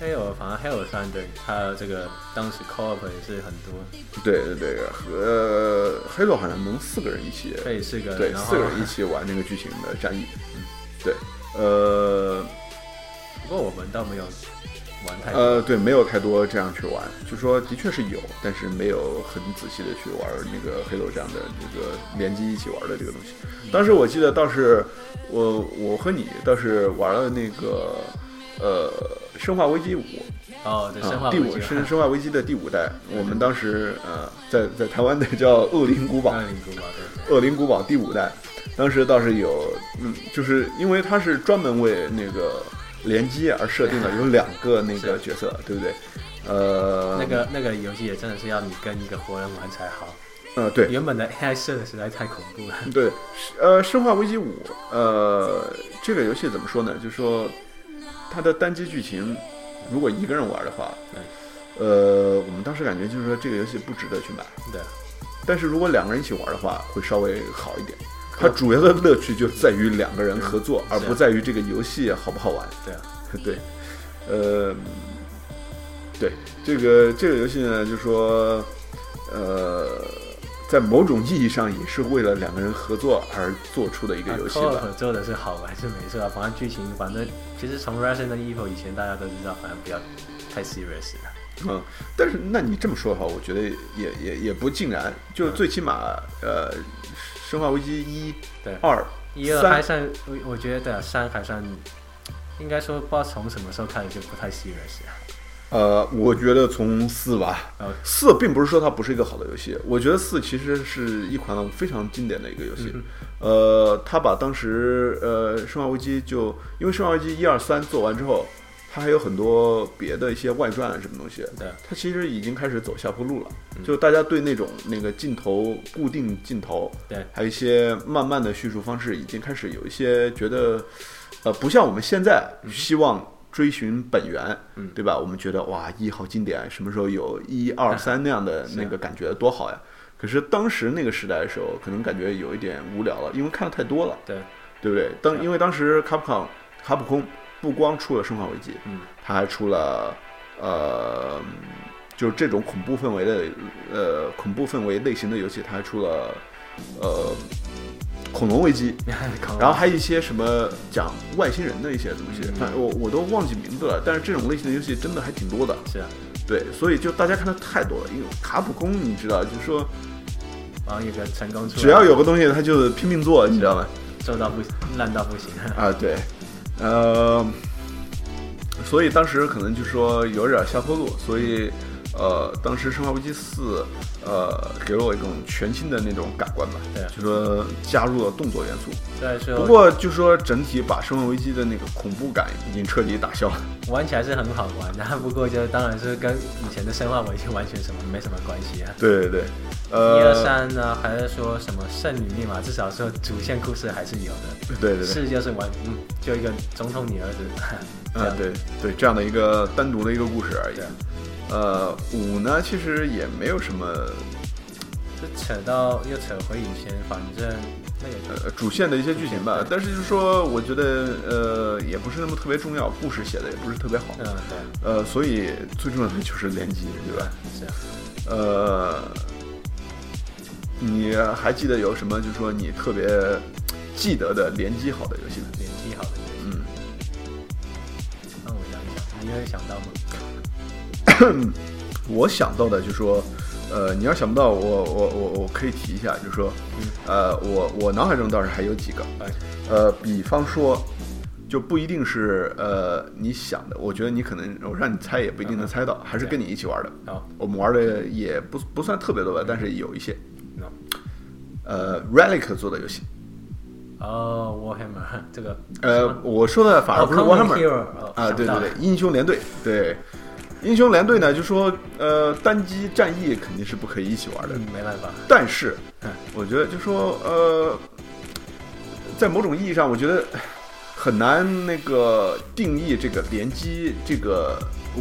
Halo，反正 Halo 三对它这个当时 co-op 也是很多，
对对对，和黑恶好像能四个人一起，
可以是个
对
然后
四个人一起玩那个剧情的战役。嗯对，呃
不过我们倒没有玩太多，
呃，对，没有太多这样去玩，就说的确是有，但是没有很仔细的去玩那个黑楼这样的这个联机一起玩的这个东西。当时我记得倒是我我和你倒是玩了那个呃《生化危机五》
哦，对，生
啊，
化
第
危
五
机嗯
是《生化危机》的第五代，我们当时呃在在台湾的叫恶灵古堡，
二零古堡
《
对
恶灵古堡》第五代，当时倒是有，嗯，就是因为它是专门为那个联机而设定的，有两个那个
是
角色，对不对？呃，
那，个那个游戏也真的是要你跟一个活人玩才好，
呃，对
原本的 AI 设的实在太恐怖了。
对，呃，《生化危机五》呃，这个游戏怎么说呢？就说它的单机剧情，如果一个人玩的话，
嗯
呃，我们当时感觉就是说这个游戏不值得去买，
对，
但是如果两个人一起玩的话，会稍微好一点。它主要的乐趣就在于两个人合作，而
是
不在于这个游戏好不好玩。
对啊，
对，呃，对这个这个游戏呢，就说，呃，在某种意义上也是为了两个人合作而做出的一个游戏
co
吧。
啊合做的是好玩是没错啊，反正剧情反正其实从 Resident Evil 以前大家都知道，反正不要太 serious 了。
嗯，但是那你这么说的话，我觉得也也也不尽然，就最
嗯
起码，呃，《生化危机》一、
对，
二、
一二
哦三
还算，我我觉得对啊，三还算，应该说不知道从什么时候开始就不太 serious 了。
呃，我觉得从四吧
嗯，
四并不是说它不是一个好的游戏，我觉得四其实是一款非常经典的一个游戏。呃，它把当时呃《生化危机》就因为《生化危机》一二三做完之后，它还有很多别的一些外传啊什么东西，
对，
它其实已经开始走下坡路了。就大家对那种那个镜头固定镜头，
对，
还有一些慢慢的叙述方式，已经开始有一些觉得，呃，不像我们现在希望追寻本源，
嗯
对吧？我们觉得哇，一好经典，什么时候 有一二三那样的
是啊
那个感觉，多好呀！可是当时那个时代的时候，可能感觉有一点无聊了，因为看的太多了，
对，
对不对？
是
当
啊
因为当时卡普空卡普空不光出了《生化危机》，
嗯，
它还出了呃，就是这种恐怖氛围的呃恐怖氛围类型的游戏，它还出了呃《恐龙危机》，
哦
然后还有一些什么讲外星人的一些东西，
嗯
反我我都忘记名字了。但是这种类型的游戏真的还挺多的，
是啊，
对，所以就大家看的太多了。因为卡普空你知道，就是说
然后一个成功出来，
只要有个东西，他就拼命做，你知道吗？
做到不烂到不行，
啊，对，呃，所以当时可能就说有点下坡路，所以呃，当时《生化危机四》呃给了我一种全新的那种感官吧，
对啊
就说加入了动作元素。
虽然说
不过就说整体把《生化危机》的那个恐怖感已经彻底打消了。
玩起来是很好玩的，不过就当然是跟以前的生化危机完全什么没什么关系啊。
对对对，
一二
呃，
三呢，还是说什么圣女密码？至少说主线故事还是有的。
对啊对对，
是就是玩，嗯，就一个总统你儿子。 这
啊
样，啊
对对，这样的一个单独的一个故事而已
对。
呃，五呢其实也没有什么
这扯到又扯回以前，反正那个
呃主线的一些剧情吧
对。
但是就是说，我觉得呃也不是那么特别重要，故事写的也不是特别好，
嗯对
呃，所以最重要的就是联机，对吧？
是啊，
呃，你还记得有什么？就是说你特别记得的联机好的游戏吗？
联机好的游戏，
嗯，
让我想一想，你有想到吗？
我想到的就是说，呃，你要想不到，我我我我可以提一下，就是说，呃，我我脑海中倒是还有几个，
哎，
呃，比方说，就不一定是呃你想的，我觉得你可能我让你猜也不一定能猜到，还是跟你一起玩的。
好，
我们玩的也不不算特别多吧，但是有一些，
no，
呃，Relic 做的游戏，
哦，Warhammer 这个，
呃，我说的反而不是
Common
Warhammer，
Hero，哦
啊，对对
想不到
对，英雄联队，对，英雄联队呢，就说呃单机战役肯定是不可以一起玩的，
嗯，没办法，
但是
嗯
我觉得就说呃，在某种意义上，我觉得很难那个定义这个联机这个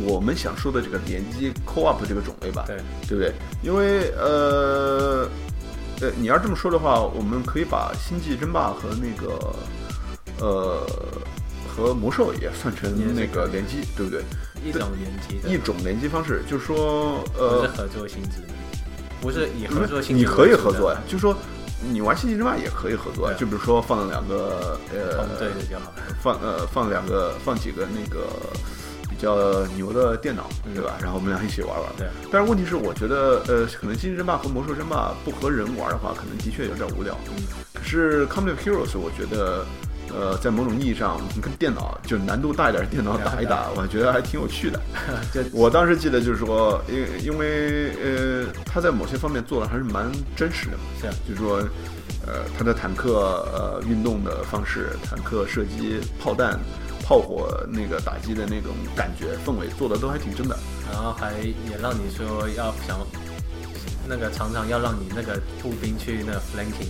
我们想说的这个联机 co-op 这个种类吧，
对，
对不对？因为呃呃，你要这么说的话，我们可以把《星际争霸》和那个呃和魔兽也算成
也是
那个联机，对不对？
一种联机的，
一种联机方式，就是说
不
呃
是，合作性质的，不是以合
不
作
是
性质
你
为
可以
主的
合作呀，，就是说你玩《星际争霸》也可以合作呀，
对啊
就比如说放两个呃
同队的就好了，
放呃放两个放几个那个比较牛的电脑，
嗯
对吧？然后我们俩一起玩玩。
对，
但是问题是，我觉得呃，可能《星际争霸》和《魔兽争霸》不和人玩的话，可能的确有点无聊。
嗯，
可是《Company of Heroes》，我觉得呃，在某种意义上，我们跟电脑就难度大一点的电脑
啊
打一打，我觉得还挺有趣 的。
就
我当时记得就是说，因因为呃，他在某些方面做的还是蛮真实的嘛。
这样，
就是说，呃，它的坦克呃运动的方式、坦克射击、炮弹、炮火那个打击的那种感觉氛围做的都还挺真的。
然后还也让你说要想那个常常要让你那个步兵去那 flanking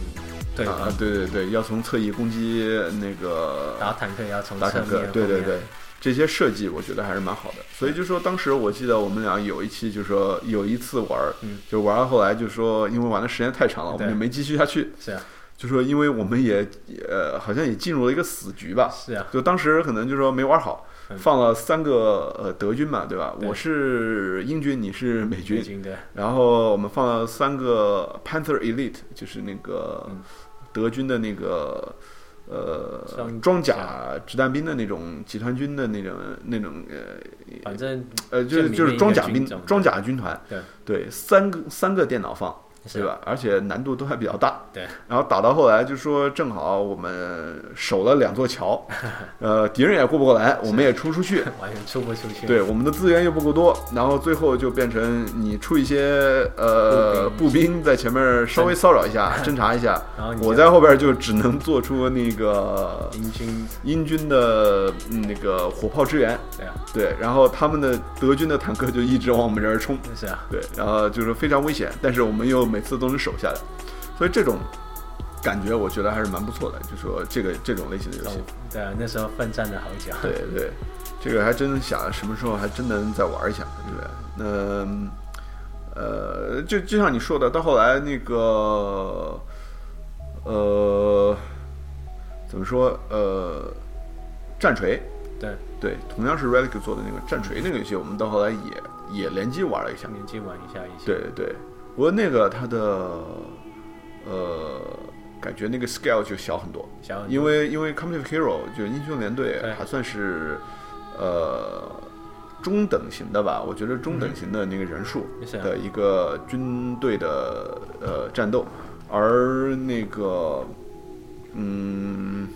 对
啊、
方，
对对对，要从侧翼攻击那个
打坦克也要从
打
侧
坦克
面，，嗯
对对
后面
对，，这些设计我觉得还是蛮好的。所以就说当时我记得我们俩有一期就说有一次玩儿，
嗯
就玩到后来就说因为玩的时间太长了，我们
对
就没继续下去。
是啊
就说因为我们也呃好像也进入了一个死局吧，
是啊，
就当时可能就说没玩好
嗯，
放了三个呃德军嘛，对吧？
对
我是英军，你是美
美
军，
军的，
然后我们放了三个 Panther Elite，就是那个
嗯
德军的那个呃
装
装甲掷弹兵的那种集团军的那种那种呃
反正
呃呃就是就是
证
装
明一个
甲
军
兵
种
装甲军团，
对
对三个三个电脑放。
是啊
对吧？而且难度都还比较大。
对，
然后打到后来就说，正好我们守了两座 桥，呃，敌人也过不过来，我们也出不出去。
完全出不出去，
对，我们的资源又不够多，然后最后就变成你出一些呃
步
步兵在前面稍微骚扰一 下、侦查一下，
然后你
我
就
在后边就只能做出那个
英军
英军的嗯那个火炮支援，
对啊，
对，然后他们的德军的坦克就一直往我们这儿冲，
是啊，
对，然后就是非常危险，但是我们又每次都能守下来，所以这种感觉我觉得还是蛮不错的，就说这个这种类型的游戏，
对啊，那时候奋战了好久，
对对，这个还真想什么时候还真能再玩一下，对不对？那呃，就就像你说的，到后来那个呃，怎么说呃，战锤。
对，
对，同样是 Relic 做的那个战锤那个游戏，我们到后来也也联机玩了一下。
年纪玩一下一下，
对对对，不过那个它的呃，感觉那个 scale 就小很多，
小很多
因为因为 Company of Hero 就英雄联队
对
还算是呃中等型的吧，我觉得中等型的那个人数
是啊
的一个军队的呃战斗，而那个嗯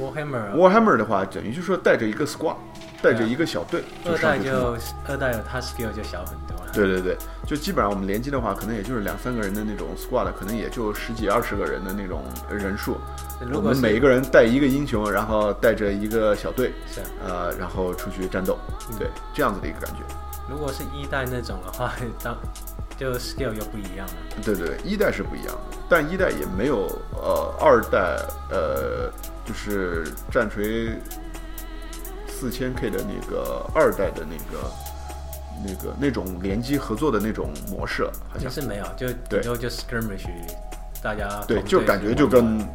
Warhammer 啊
Warhammer 的话，等于就是说带着一个 squad，带着一个小队就
二
上
代
去冲了。
就二代有它 skill 就小很多了，
对对对，就基本上我们联机的话，可能也就是两三个人的那种 squad，可能也就十几二十个人的那种人数。
如
我
果
们
是
每一个人带一个英雄，然后带着一个小队，
是啊
呃，然后出去战斗，
嗯
对，这样子的一个感觉。
如果是一代那种的话， 当就 skill 又不一样了。
对对对，一代是不一样的，但一代也没有呃二代呃就是战锤四千 K 的那个二代的那个那个那种联机合作的那种模式，好
其
像
实没有，就
对
以后就 skirmish，大家
对，
同
就
队
感
去
觉就
玩玩
跟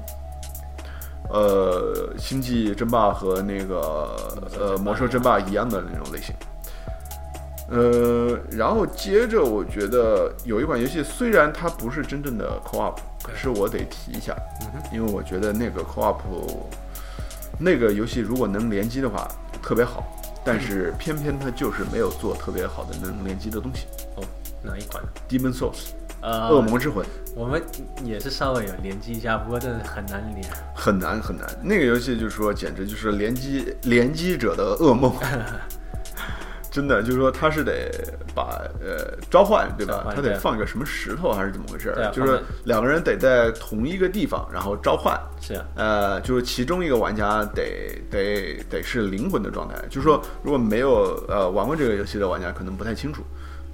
呃《星际争霸》和那个呃《魔兽争霸》一样的那种类型。呃，然后接着我觉得有一款游戏，虽然它不是真正的 co-op，可是我得提一下，因为我觉得那个 co-op 那个游戏如果能联机的话特别好，但是偏偏它就是没有做特别好的能联机的东西。
哦哪一款？
Demon Souls，
呃，
恶魔之魂。
我们也是稍微有联机一下，不过真的很难连。
很难很难，那个游戏就是说，简直就是联机联机者的噩 梦，真的就是说他是得把呃召唤对吧
召？唤
他得
对
放一个什么石头还是怎么回事
对啊？
就是
放在
两个人得在同一个地方，然后召唤，
是啊，
呃，就是其中一个玩家得得得是灵魂的状态，就是说如果没有呃玩过这个游戏的玩家可能不太清楚，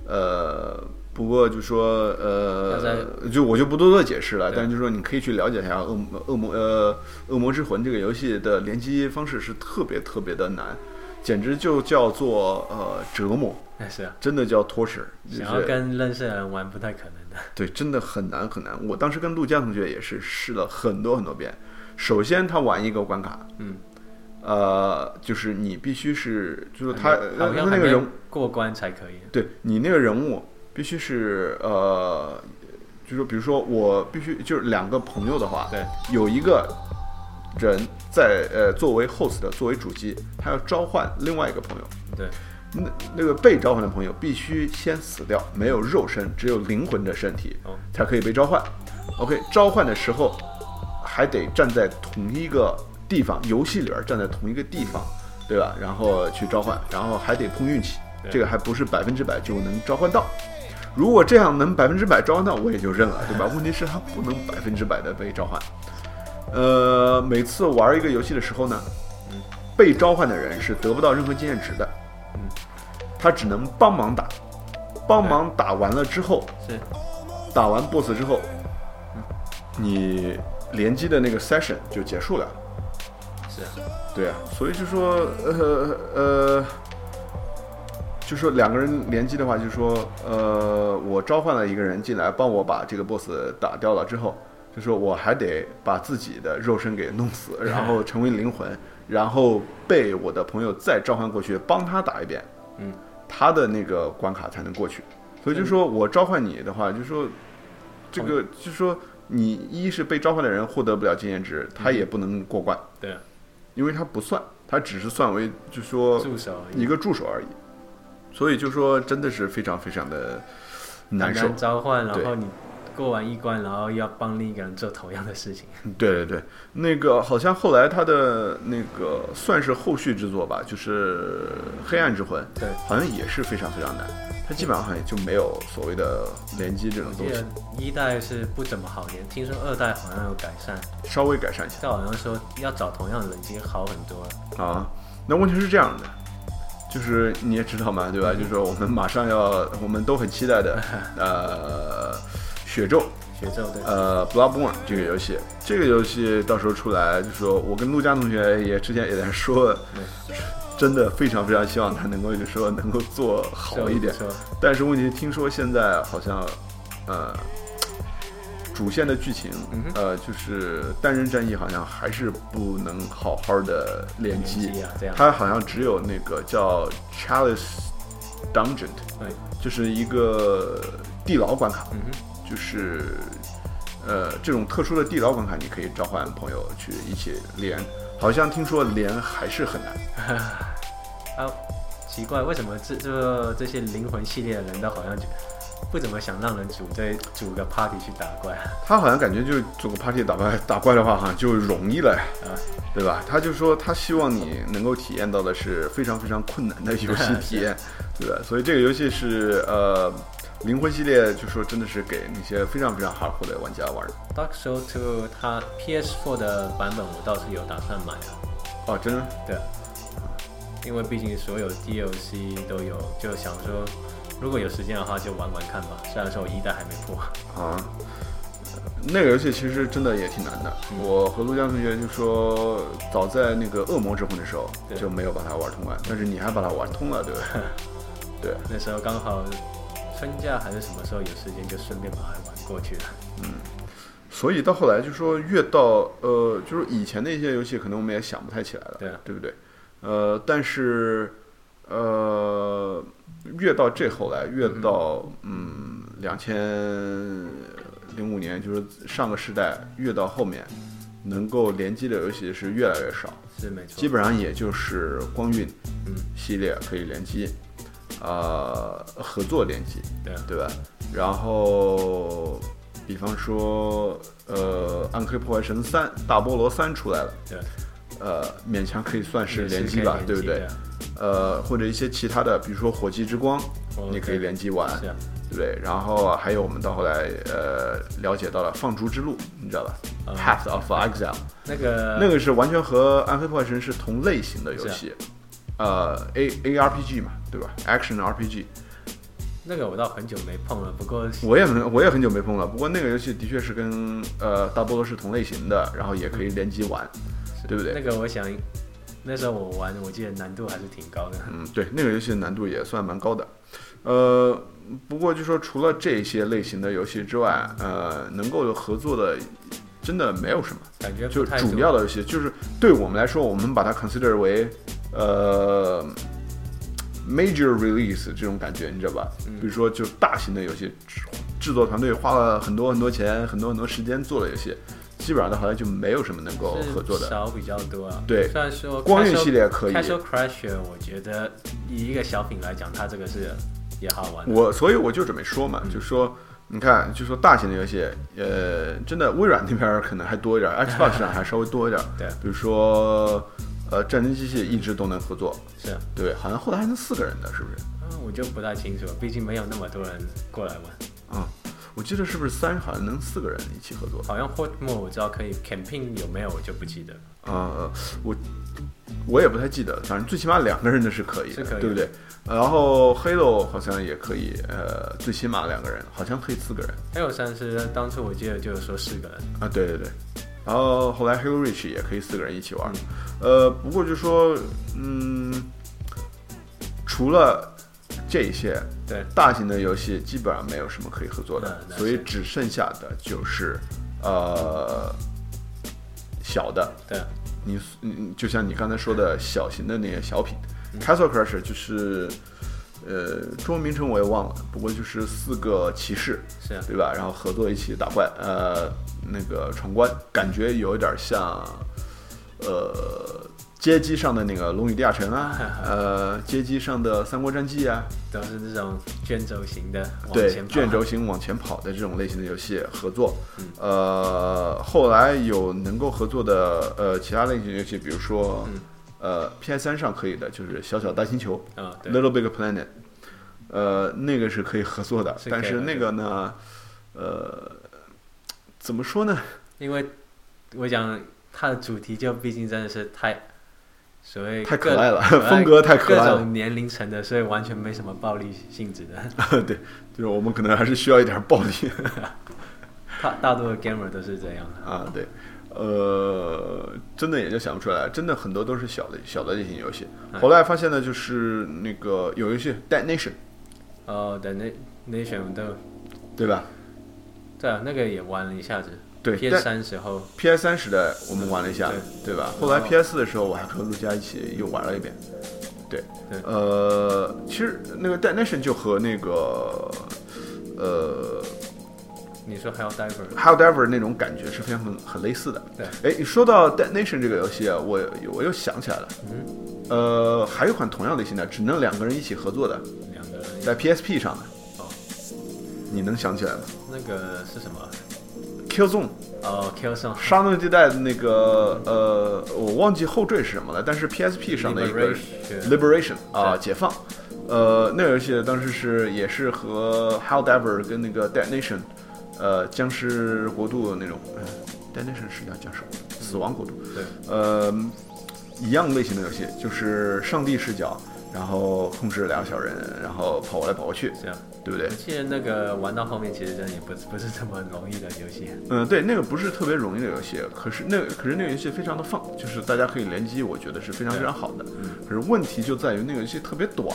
呃，不过就说
要
呃，
在
就我就不多做解释了，
对
但是就说你可以去了解一下恶魔恶魔呃恶魔之魂这个游戏的联机方式是特别特别的难，简直就叫做呃折磨，
那是啊，
真的叫 torture，就是
想要跟认识的人玩不太可能的。
对，真的很难很难。我当时跟陆江同学也是试了很多很多遍。首先，他玩一个关卡，
嗯，
呃，就是你必须是，就是他
还
呃
没
他
好
那
像
个
还没
人物，
过关才可以。
对你那个人物必须是呃，就是说比如说我必须就是两个朋友的话，
对，
有一个人在呃作为 host 作为主机，他要召唤另外一个朋友，
对，
那那个被召唤的朋友必须先死掉，没有肉身，只有灵魂的身体
哦
才可以被召唤。OK，召唤的时候还得站在同一个地方，游戏里边站在同一个地方，对吧？然后去召唤，然后还得碰运气，
对
这个还不是百分之百就能召唤到。如果这样能百分之百召唤到，我也就认了， 对吧？问题是它不能百分之百的被召唤。呃，每次玩一个游戏的时候呢，
嗯
被召唤的人是得不到任何经验值的，他只能帮忙打，帮忙打完了之后，
是
打完 BOSS 之后，你联机的那个 session 就结束了。
是啊，
对啊，所以就说，呃呃，就说两个人联机的话，就说，呃，我召唤了一个人进来帮我把这个 boss 打掉了之后，就说我还得把自己的肉身给弄死，然后成为灵魂，然后被我的朋友再召唤过去帮他打一遍，
嗯，
他的那个关卡才能过去。所以就说我召唤你的话，就说这个，就说你一是被召唤的人获得不了经验值，他也不能过关。
对啊，
因为它不算，它只是算为就说
助手而已
一个助手而已，所以就说真的是非常非常的难
很
受
难。召唤，然
对
后你过完一关，然后要帮另一个人做同样的 事情。
对对对，那个好像后来它的那个算是后续之作吧，就是《黑暗之魂》，
对，
好像也是非常非常难，它基本上好像就没有所谓的联机这种
我记
东西
得，一代是不怎么好连，听说二代好像有改善，
稍微改善一下。
但好像说要找同样的人已经好很多了。
啊，那问题是这样的，就是你也知道嘛，对
嗯
吧？就是说我们马上要，我们都很期待 的，呃，血咒，
学咒对，
呃，Bloodborne 这个游戏，这个游戏到时候出来，就说我跟陆佳同学也之前也在说，真的非常非常希望他能够就说能够做好一点，
说
但是问题听说现在好像，呃。主线的剧情，
嗯
呃，就是单人战役好像还是不能好好的联
联
机，
机啊这样，
它好像只有那个叫 Chalice Dungeon，
对，
就是一个地牢关卡，
嗯哼。
就是呃这种特殊的地牢关卡，你可以召唤朋友去一起连。好像听说连还是很难，
啊，奇怪，为什么这这这些灵魂系列的人都好像就不怎么想让人组这组个 party 去打怪啊？
他好像感觉就是组个 party 打怪 打怪的话，好像就容易了呀，对吧？他就说他希望你能够体验到的是非常非常困难的游戏体验，对吧？所以这个游戏是呃灵魂系列，就说真的是给那些非常非常 hardcore 的玩家玩的。
Dark Soul Two 它 PS4 的版本我倒是有打算买啊，
哦，真的
对啊，因为毕竟所有 DLC 都有，就想说如果有时间的话就玩玩看吧。虽然说我一代还没破，
啊，那个游戏其实真的也挺难的。
嗯
我和陆江同学就说，早在那个《恶魔之魂》的时候
对
就没有把它玩通关，但是你还把它玩通了，对吧？ 对，
那时候刚好春假还是什么时候有时间，就顺便把它玩过去了。
所以到后来就说越到呃，就是以前的一些游戏，可能我们也想不太起来了，
对啊
对不对？呃，但是呃，越到这后来，越到嗯，两千零五年，就是上个时代，越到后面，能够联机的游戏是越来越少，
是没错，
基本上也就是光晕
嗯，
系列可以联机，呃，合作联机，
对啊，
对吧？然后，比方说，呃，《暗黑破坏神三》大菠萝三出来了，
对啊，
呃，勉强可以算是
也
联
可
机
以
吧，
联
对不
机
对
的？啊
呃，或者一些其他的，比如说《火鸡之光》，
哦
你可以
对
联机玩，
是啊，
对不对？然后还有我们到后来呃了解到了《放逐之路》，你知道吧
嗯
？Path of Exile，
那个
那个是完全和《暗黑破坏神》是同类型的游
是啊
戏，呃，A A R P G 嘛，对吧？Action R P G，
那个我倒很久没碰了，不过
我也很我也很久没碰了，不过那个游戏的确是跟呃大菠萝是同类型的，然后也可以联机玩，对不对
那个我想那时候我玩，我记得难度还是挺高的。
嗯，对，那个游戏的难度也算蛮高的，呃，不过就说除了这些类型的游戏之外，呃，能够合作的真的没有什么，
感觉
就
不太
主
多
要的游戏就是对我们来说，我们把它 consider 为呃 major release 这种感觉，你知道吧？
嗯
比如说就大型的游戏，制制作团队花了很多很多钱、很多很多时间做的游戏，基本上到后来就没有什么能够
是
合作的。
少比较多啊。
对
虽然说
光晕
Castle-
系列可以
Castle Crasher，我觉得以一个小品来讲，它这个是也好玩的。
我所以我就准备说
嗯
嘛，就说你看，就说大型的游戏，呃，真的微软那边儿可能还多一点儿，Xbox 上还稍微多一点儿。
对
比如说呃，战争机器一直都能合作，
是啊，
对，好像后来还能四个人的，是不是？
啊我就不太清楚，毕竟没有那么多人过来玩。
啊、我记得是不是三好像能四个人一起合作？
好像 Hotmo 我知道可以 camping 有没有我就不记得了。
呃，我我也不太记得，反正最起码两个人的是可以的，
是可以的
对不对？然后 Halo 好像也可以，呃，最起码两个人，好像可以四个人
Halo 三是当初我记得就是说四个人，
啊，对对对。然后后来 Halo Reach 也可以四个人一起玩，
嗯
呃，不过就说，嗯，除了这些
对，
大型的游戏，基本上没有什么可以合作的
嗯，那
所以
是
只剩下的就是，呃，小的，
对，啊
你嗯，就像你刚才说的小型的那些小品、c
嗯
a s t l e Crusher 就是，呃，中文名称我也忘了，不过就是四个骑士，
是啊，
对吧？然后合作一起打怪，呃，那个闯关，感觉有一点像，呃，街机上的那个《龙与地下城》 啊，呃，街机上的《三国战记》啊，
都是这种卷轴型的往
对
前，跑
卷轴型往前跑的这种类型的游戏合作。呃，后来有能够合作的呃其他类型的游戏，比如说、
嗯
呃 PS 3上可以的，就是《小小大星球
啊，》对，
（Little Big Planet），呃，那个是可以合作的，
是可以
但是
合作
那个呢，呃，怎么说呢？
因为我讲它的主题就毕竟真的是太所谓
太
各
可爱了
可爱
风格太可爱了
各种年龄层的，所以完全没什么暴力性质的。
对，就是我们可能还是需要一点暴力
大大多的 gamer 都是这样的。
啊，对。呃，真的也就想不出来，真的很多都是小的小的类型游戏。后来发现呢，就是那个有游戏《Detonation》，
哦，等那那选都
对吧？
对啊，那个也玩了一下子。
对
，PS 三时候
PS 三时代我们玩了一下，对嗯吧？后来
然后
PS 四的时候，我还和陆佳一起又玩了一遍。对，
对
呃，其实那个 Detonation 就和那个呃
你说还有 Diver，
However 那种感觉是非常很很类似的。
对，
哎，你说到 Detonation 这个游戏啊，我我又想起来了，呃，还有一款同样类型的，只能两个人一起合作的，
两个人
在 PSP 上的，
哦，
你能想起来吗
那个是什么？
？Killzone
哦，Kill Song
沙漠地带的那个呃，我忘记后缀是什么了，但是 PSP 上的一个
Liberation
Liberation 啊，解放。呃，那个游戏当时是也是和 Helldiver 跟那个 Detonation，呃，僵尸国度那种、呃、，Detonation 是叫僵尸国度，死亡国度，
对，
呃，一样类型的游戏，就是上帝视角，然后控制两个小人，然后跑过来跑过去，
这样。
对不对
我？记得啊那个玩到后面，其实真的也不是不是这么容易的游戏。
嗯，对，那个不是特别容易的游戏，可是那个可是那个游戏非常的放，就是大家可以联机，我觉得是非常
对
非常好的。
嗯，
可是问题就在于那个游戏特别短，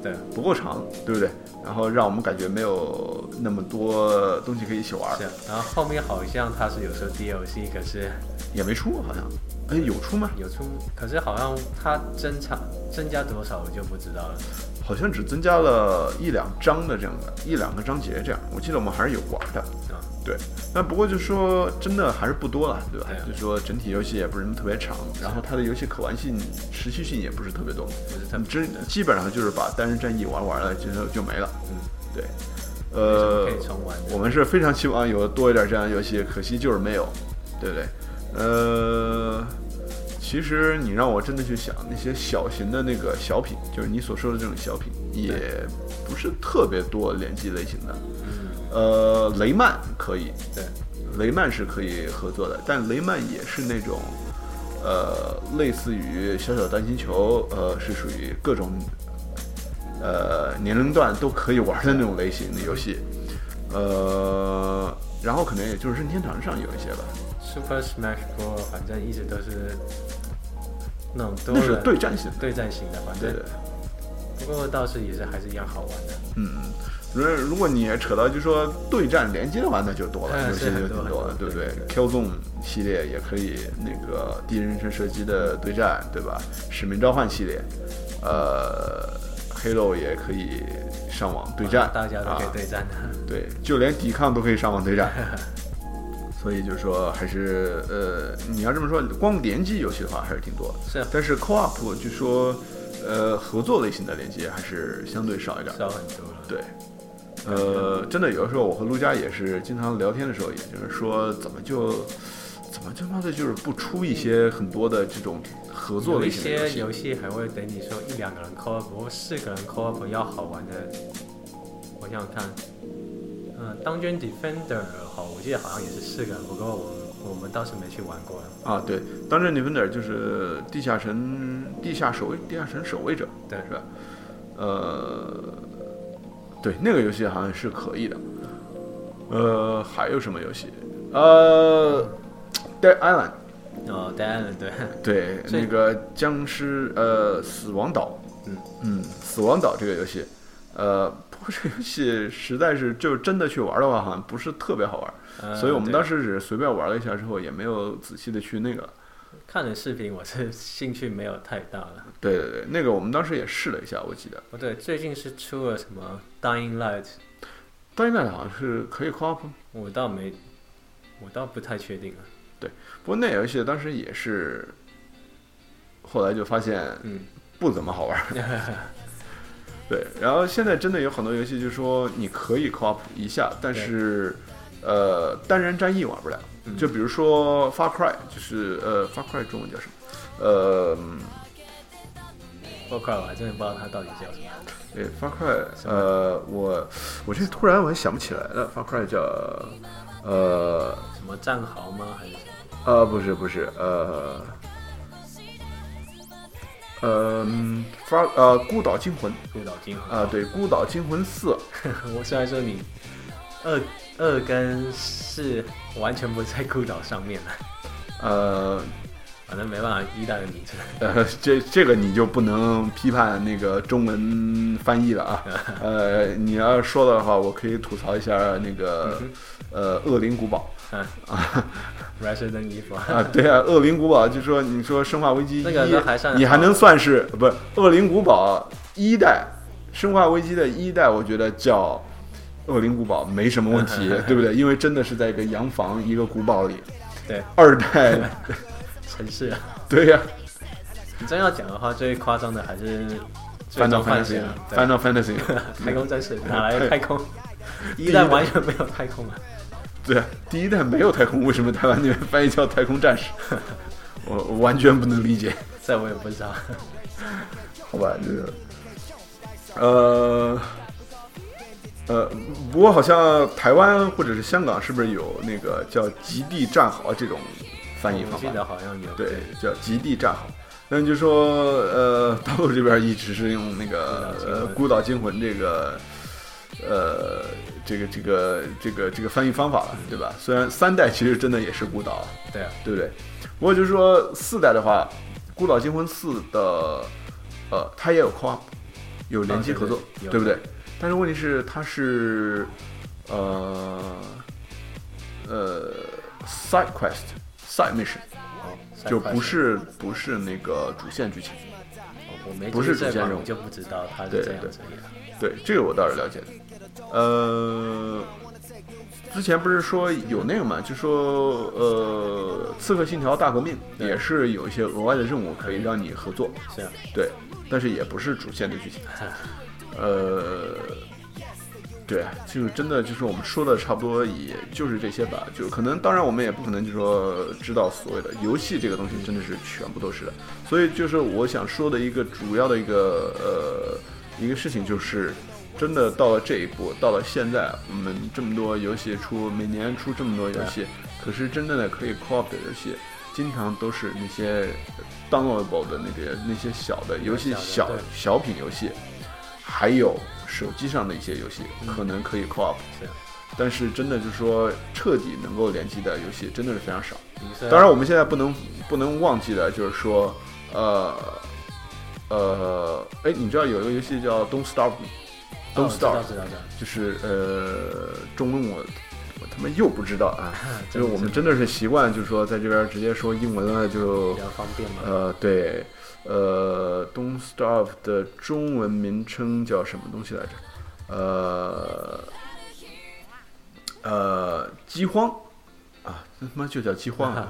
对，
不够长，对不对？然后让我们感觉没有那么多东西可以一起玩
是，。啊然后后面好像它是有时候 DLC，可是
也没出好像，哎，有出吗？
有出，可是好像它增长增加多少我就不知道了。
好像只增加了一两章的这样的，一两个章节这样。我记得我们还是有玩的，
啊，
对。那不过就说真的还是不多了，对吧？
对啊
就说整体游戏也不是什么特别长，然后它的游戏可玩性、持续性也不是特别多。
不是
他
特
们
别
真基本上就是把单人战役玩完了，就就没了。
嗯，
对，
呃
呃
可，以重玩的。
我们是非常希望有多一点这样的游戏，可惜就是没有，对不对？呃，其实你让我真的去想，那些小型的那个小品，就是你所说的这种小品，也不是特别多联机类型的。
嗯，
呃，雷曼可以，
对，
呃雷曼是可以合作的，但雷曼也是那种，呃，类似于小小单星球，呃，是属于各种，呃，年龄段都可以玩的那种类型的游戏，呃，然后可能也就是任天堂上有一些吧，
Super Smash Bros，反正一直都是那种多
那是
人
对战型的，
对战型的，反
对
正
对，
不过倒是也是还是一样好玩的。
嗯嗯。如果如果你扯到就说对战联机的话，那就多了，
嗯
游戏
是
就
很多
挺多了，
很
对
多
不对
对对
？Killzone 系列也可以，那个第一人称射击的对战，对吧？使命召唤系列，呃，Halo 也可以上网对战，
大家都可以
啊
对战的。
对，就连抵抗都可以上网对战。所以就是说，还是呃，你要这么说，光联机游戏的话还是挺多，
是
但是 Co-op 就说，呃，合作类型的联机还是相对少一点。
少很多了。
对，呃，真的有的时候我和陆佳也是经常聊天的时候，也就是说怎么就怎么他妈的就是不出一些很多的这种合作
有
类
一
型的游
些
戏
游戏还会等你说一两个人 co-op，不过四个人 co-op 要好玩的，我想想看，嗯、当军 Defender 好，我记得好像也是四个人，不过我我们倒是没去玩过了。
啊？对，当然 Defender 就是地下神、地下守卫、地下神守卫者，
对
是吧？呃，对，那个游戏好像是可以的。呃，还有什么游戏？呃，Dead Island，
哦，当然了，对，
对，
所以
那个僵尸呃死亡岛，
嗯
嗯，死亡岛这个游戏，呃， 不过这个游戏实在是就是真的去玩的话，好像不是特别好玩，
呃
所以我们当
时
时只是随便玩了一下之后，也没有仔细的去那个了。
看了视频，我是兴趣没有太大了。
对对对，那个我们当时也试了一下，我记得
哦，对，最近是出了什么《Dying Light》，
当然好像是可以 co-op，
我倒没，我倒不太确定了。
不过那游戏当时也是，后来就发现
嗯，
不怎么好玩儿。对，然后现在真的有很多游戏，就是说你可以 co-op 一下，但是呃单人战役玩不了。
嗯
就比如说 Far Cry，就是呃 Far Cry 中文叫什么？呃，嗯
包括我还真的不知道它到底叫什么。
对 Far Cry，呃，我我这突然我想不起来了，Far Cry 叫呃
什么战壕吗？还是什么？
呃不是不是呃。呃，嗯发呃，孤岛惊魂
孤岛惊魂
啊、对，孤岛惊魂四，
我虽然说你二二跟四完全不在孤岛上面了，
呃，
反正没办法，一代的名字。
呃，这这个你就不能批判那个中文翻译了 啊。呃，你要说的话，我可以吐槽一下那个呃《恶灵古堡
嗯、Resident Evil，》
啊，对啊，《恶灵古堡》就说你说《生化危机一
那个》都还算
你还能算是不是《恶灵古堡》一代，《生化危机》的一代，我觉得叫。恶灵古堡没什么问 题，对不对？因为真的是在一个洋房、一个古堡里。
对，
二代，
城市。啊
对 呀、
你真要讲的话，最夸张的还是《最终
Final
幻想
Fantasy》
对
Final Fantasy，
太空战士哪来的 太空？一代完全没有太空啊！
对啊，第一代没有太空，为什么台湾那边翻译叫太空战士？ 我我完全不能理解，
这我也不知 道。
好吧，这个，呃，呃，不过好像台湾或者是香港是不是有那个叫极地战壕这种翻译
我
方
记
法？
得好像有
对，叫极地战壕。但就说呃，大陆这边一直是用那个
孤岛惊
呃
魂
《孤岛惊魂》这个呃这个这个这个这个翻译方法了，对吧？虽然三代其实真的也是孤岛，
对啊，
对不对？不过就是说四代的话，《孤岛惊魂四》的呃，它也有 co-op，有联机合作，
对对有
不啊对？但是问题是它是呃呃 side quest side mission，
哦，
就
三块
不
钱
是不是那个主线剧情。
哦我没
不是
经
主
历这
线
版
任务
我就不知道他
对
是这样
对
子演。
对，这个我倒是了解的。呃，之前不是说有那个嘛，就说呃，《刺客信条：大革命》
对
也是有一些额外的任务可以让你合作，
是啊，
对，但是也不是主线的剧情。呃，对，就是真的，就是我们说的差不多，也就是这些吧。就可能，当然我们也不可能就说知道所有的游戏这个东西真的是全部都是的。所以就是我想说的一个主要的一个呃一个事情就是。真的到了这一步，到了现在，我们这么多游戏出，每年出这么多游戏，可是真正的可以 co-op 的游戏，经常都是那些 downloadable 的那个那些小的游戏
小
小
的
小品游戏，还有手机上的一些游戏
嗯
可能可以 co-op，、
是啊。
但是真的就是说彻底能够联机的游戏真的是非常少。
你虽
当然，我们现在不能不能忘记的就是说，呃呃，哎，你知道有一个游戏叫《Don't Stop Me》，《
哦
Don't
知道
Stop
知》道知道，
就是呃，中文我我他妈又不知道啊，就
真
是
的
我们真的是习惯，就是说在这边直接说英文了就
比较方便嘛。
呃，对，呃，Don't Stop 的中文名称叫什么东西来着？呃，呃，饥荒啊，那他妈就叫饥荒啊！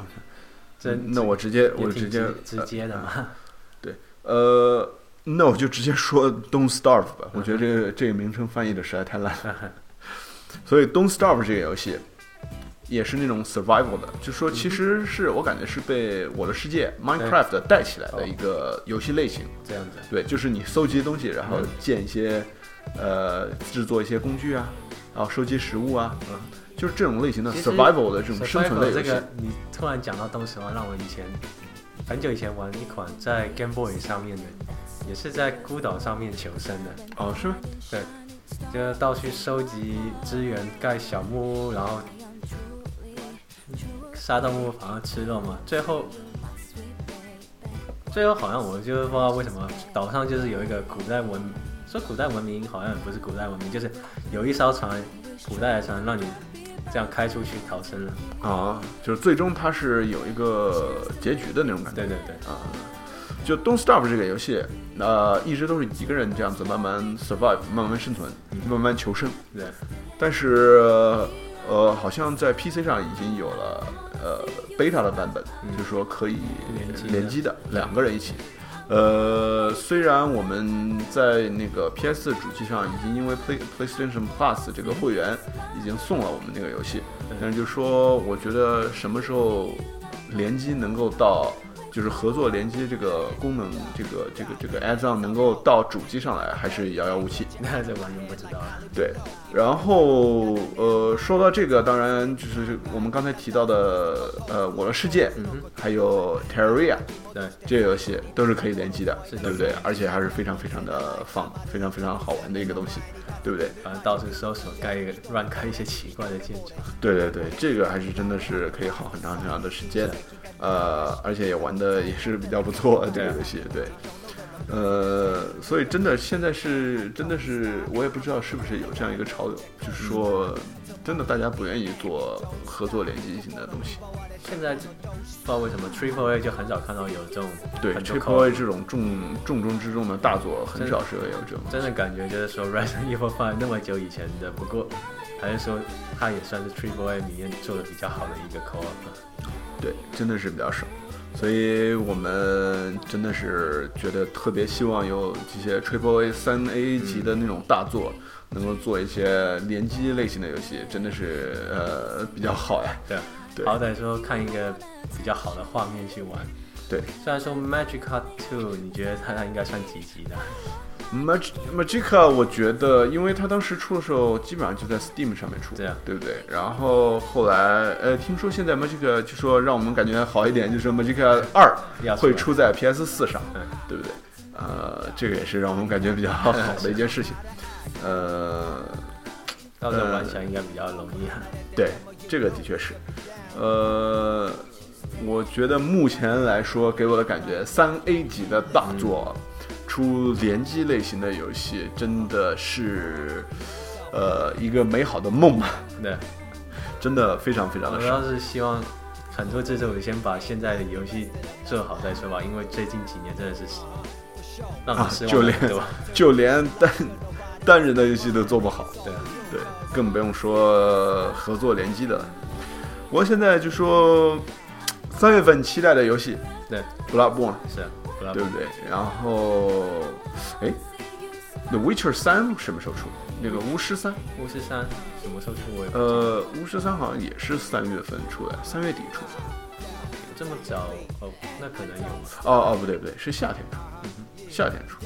真
那我直接，
也
我
挺
直接
直直接的嘛。
呃，那我就直接说 Don't Starve 吧，我觉得
嗯
这个这个名称翻译的实在太烂了。所以 Don't Starve 这个游戏也是那种 survival 的，就说
嗯
其实是我感觉是被《我的世界》Minecraft 带起来
哦
的一个游戏类型。
这样子，
对，就是你搜集东西，然后
嗯
建一些，呃，制作一些工具啊，然后收集食物啊，嗯，就是这种类型的
其实
survival 的这种生存
Survival
类
这
游戏。
个，你突然讲到东石湾，让我以前很久以前玩一款在 Game Boy 上面的，也是在孤岛上面求生的，
哦，是吗？
对，就到处收集资源，盖小木屋，然后杀动物，反正吃肉嘛。最后，最后好像我就不知道为什么岛上就是有一个古代文，说古代文明好像也不是古代文明，就是有一艘船，古代的船让你这样开出去逃生了。
啊，就是最终它是有一个结局的那种感觉。
对对对，
啊，就 Don't Starve 这个游戏，呃，一直都是一个人这样子慢慢 survive，慢慢生存，
嗯
慢慢求生。
对，
但是，呃，好像在 PC 上已经有了呃 beta 的版本，就是说可以
嗯联机的
联机的，两个人一起。呃，虽然我们在那个 PS 主机上已经因为 Play PlayStation Plus 这个会员已经送了我们那个游戏，
嗯
但是就说我觉得什么时候联机能够到，就是合作联机这个功能，这个这个这个 add-on 能够到主机上来，还是遥遥无期。
那这完全不知道了。
对，然后呃，说到这个，当然就是我们刚才提到的，呃，《我的世界》
嗯
还有《Terraria》
对，
这个游戏都是可以联机的，
是的
对不对？而且还是非常非常的放，非常非常好玩的一个东西，对不对？
反正到处搜索，盖一个乱盖一些奇怪的建筑。
对对对，这个还是真的是可以好很长很长的时间，呃，而且也玩的也是比较不错这
对
个游戏，对，呃，所以真的现在是真的是我也不知道是不是有这样一个潮流，就是说真的大家不愿意做合作联机型的东西，
现在就不知道为什么 Triple A 就很少看到有这种
对
很多
Triple A 这种重重中之重的大作很
真
少是有这种，
真的感觉就是说 Resident Evil 放那么久以前的，不过还是说它也算是 Triple A 里面做的比较好的一个 Co-op 吧。
对，真的是比较少。所以我们真的是觉得特别希望有这些 Triple A 三 A 级的那种大作，能够做一些联机类型的游戏，真的是呃比较好呀。
对，啊
对
好歹说看一个比较好的画面去玩。
对，
虽然说 Magic Heart 2，你觉得它应该算几级的？
Mag Magica，我觉得，因为它当时出的时候，基本上就在 Steam 上面出，
对啊
对不对？然后后来，呃，听说现在 Magica 就说让我们感觉好一点，就是 Magica 二
要出来
会出在 PS 四上，
嗯
对不对？呃，这个也是让我们感觉比较好的一件事情。呃，
到时候玩起来应该比较容易啊。
对，这个的确是。呃，我觉得目前来说，给我的感觉，三 A 级的大作、出联机类型的游戏，真的是呃一个美好的梦吧，
对，
真的非常非常
我
的
倒
少。
是希望很多制作人先把现在的游戏做好再说吧，因为最近几年真的是让
啊
人失
就
望
连
很多。
就连单单人的游戏都做不好，
对，啊
对，更不用说合作联机的了。不过现在就说三月份期待的游戏
对，
《Bloodborne》。
是啊，不知
对
道
不对？然后，哎，《The Witcher 三》什么时候出？那个《巫师三》，
巫师三什么时候出我也不知道，
呃，《巫师三》好像也是三月份出来，三月底出。
这么早哦，那可能有
哦哦，不对不对，是夏天出，嗯夏天出。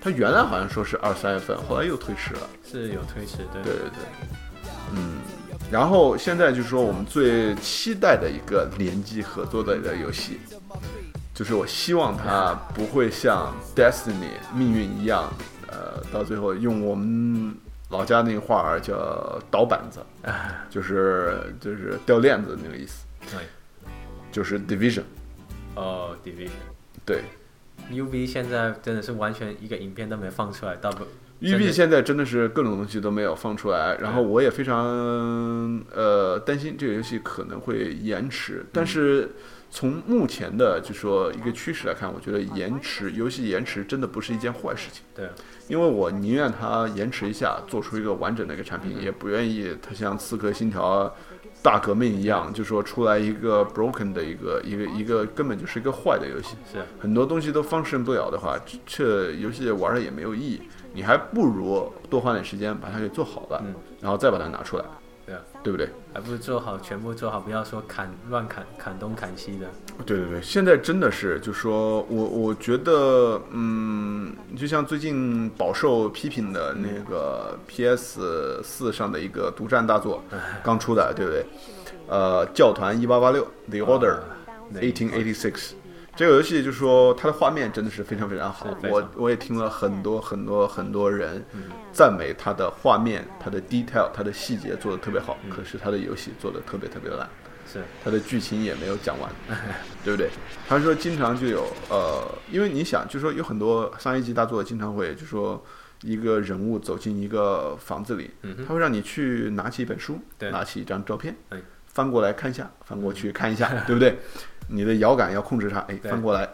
它原来好像说是二三月份，后来又推迟了。
是有推迟，对
对对对，嗯。然后现在就是说我们最期待的一个联机合作的一个游戏，就是我希望它不会像 Destiny 命运一样，呃，到最后用我们老家那话儿叫倒板子，就是就是掉链子那个意思，
对，
就是 Division。
哎哦，Division。
对
U V 现在真的是完全一个影片都没放出来，到不
育
真
碧
的
，E 现在真的是各种东西都没有放出来，然后我也非常呃担心这个游戏可能会延迟，但是从目前的就说一个趋势来看，我觉得延迟游戏延迟真的不是一件坏事情，
对啊
因为我宁愿它延迟一下，做出一个完整的一个产
嗯
品，也不愿意它像《刺客信条》大革命一样，就说出来一个 broken 的一个一个一个根本就是一个坏的游戏。
是
很多东西都 function 不了的话，这这游戏玩了也没有意义。你还不如多花点时间把它给做好了，
嗯
然后再把它拿出来，
对啊，
对不对？
还不如做好全部做好，不要说砍乱砍砍东砍西的。
对对对，现在真的是，就说我我觉得，嗯，就像最近饱受批评的那个 PS 四上的一个独占大作，
哎
刚出的，对不对？呃，教团一八八六，The Order。
啊那
Eighteen Eighty Six 这个游戏，就是说它的画面真的是非常非常好
是，非常嗯
我我也听了很多很多很多人赞美它的画面、它的 detail、它的细节做的特别好，
嗯
可是它的游戏做的特别特别烂，
是
它的剧情也没有讲 完，对不对？他说经常就有呃，因为你想，就说有很多商业级大作经常会就说。一个人物走进一个房子里，他会让你去拿起一本书，
嗯对哎
拿起一张照片，
对
翻过来看一下，翻过去 看一下，对不对？你的摇杆要控制它，哎，
对
翻过来，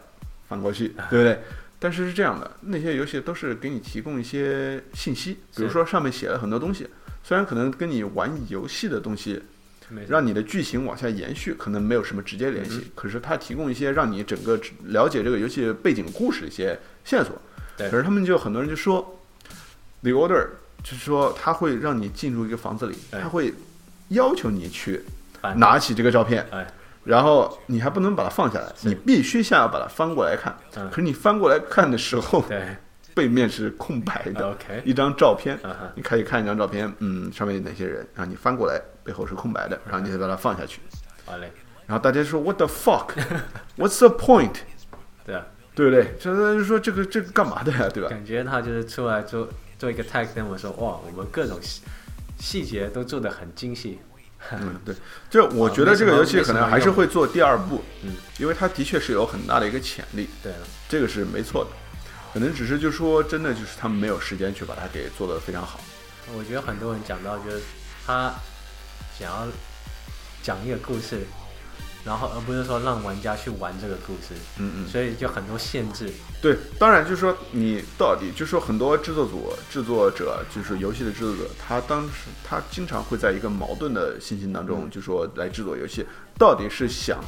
翻过 去，对不对？但是是这样的，那些游戏都是给你提供一些信息，比如
是
说上面写了很多东西，虽然可能跟你玩游戏的东西
没事
让你的剧情往下延续，可能没有什么直接联
嗯
系，可是它提供一些让你整个了解这个游戏背景故事的一些线索。
对
可是他们就很多人就说，The Order 就是说它会让你进入一个房子里，
对
它会要求你去
反
拿起这个照片，
哎
然后你还不能把它放下来，
是
你必须先要把它翻过来看。
嗯
可是你翻过来看的时候，
对啊
背面是空白的，
OK
一张照片
嗯哼。
你可以看一张照片，嗯，上面有哪些人，然后你翻过来，背后是空白
嗯
的，然后你再把它放下去。
好嘞，
然后大家说 What the fuck？What's the point？
对啊，
对不对？就是就说这个这个干嘛的呀，对吧？
感觉他就是出来做做一个 tag 跟我说，哇，我们各种细细节都做得很精细，
嗯，对，就我觉得这个游戏可能还是会做第二部，
嗯，
因为它的确是有很大的一个潜力，
对啊，
这个是没错的，可能只是就说真的就是他们没有时间去把它给做得非常好，
我觉得很多人讲到，就是他想要讲一个故事，然后而不是说让玩家去玩这个故事，
嗯嗯，
所以就很多限制。
对，当然就是说你到底就是说很多制作组、制作者，就是游戏的制作者，他当时他经常会在一个矛盾的心情当中，就说来制作游戏，到底是想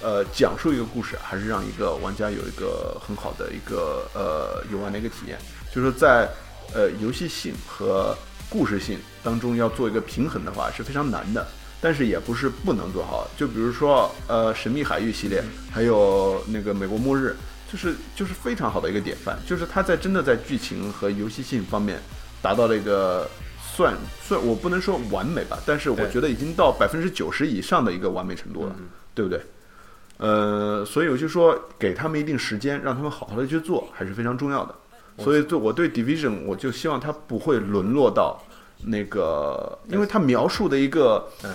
呃讲述一个故事，还是让一个玩家有一个很好的一个呃游玩的一个体验？就是说在呃游戏性和故事性当中要做一个平衡的话是非常难的，但是也不是不能做好。就比如说呃《神秘海域》系列，还有那个《美国末日》，就就是就是非常好的一个典范，就是他在真的在剧情和游戏性方面达到了一个算算我不能说完美吧，但是我
对
觉得已经到百分之九十以上的一个完美程度了，对不对？呃，所以我就说给他们一定时间，让他们好好的去做，还是非常重要的。所以对我对 Division，我就希望他不会沦落到那个，因为他描述的一个
嗯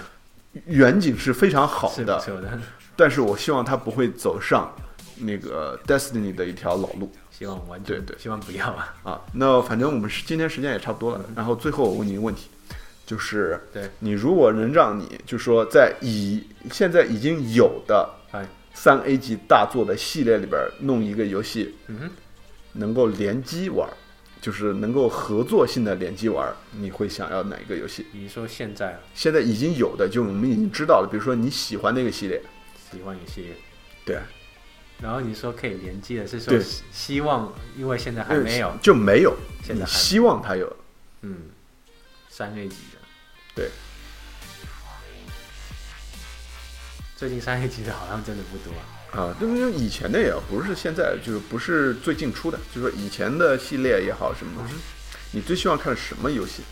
远景是非常好
是不
的，
错的，
但是我希望他不会走上那个 Destiny 的一条老路
希望完
对
全
对
希望不要啊，
啊。那反正我们是今天时间也差不多了，然后最后我问你一个问题，就是
嗯对，
你如果能让你就说在已现在已经有的
哎，
三 A 级大作的系列里边儿弄一个游戏，
嗯哼，
能够联机玩儿，就是能够合作性的联机玩儿，你会想要哪一个游戏？
你说现在啊
现在已经有的，就我们已经知道了，比如说你喜欢那个系列，
喜欢游戏，
对，
然后你说可以联机的是说
对
希希望，因为现在还没有，
就没有，
现在
你
还
希望它有，
嗯，三 A 级的，
对，
最近三 A 级的好像真的不多啊，
啊，对不对？以前的也不是现在，就是不是最近出的，就是说以前的系列也好，什么东
嗯
西，你最希望看什么游戏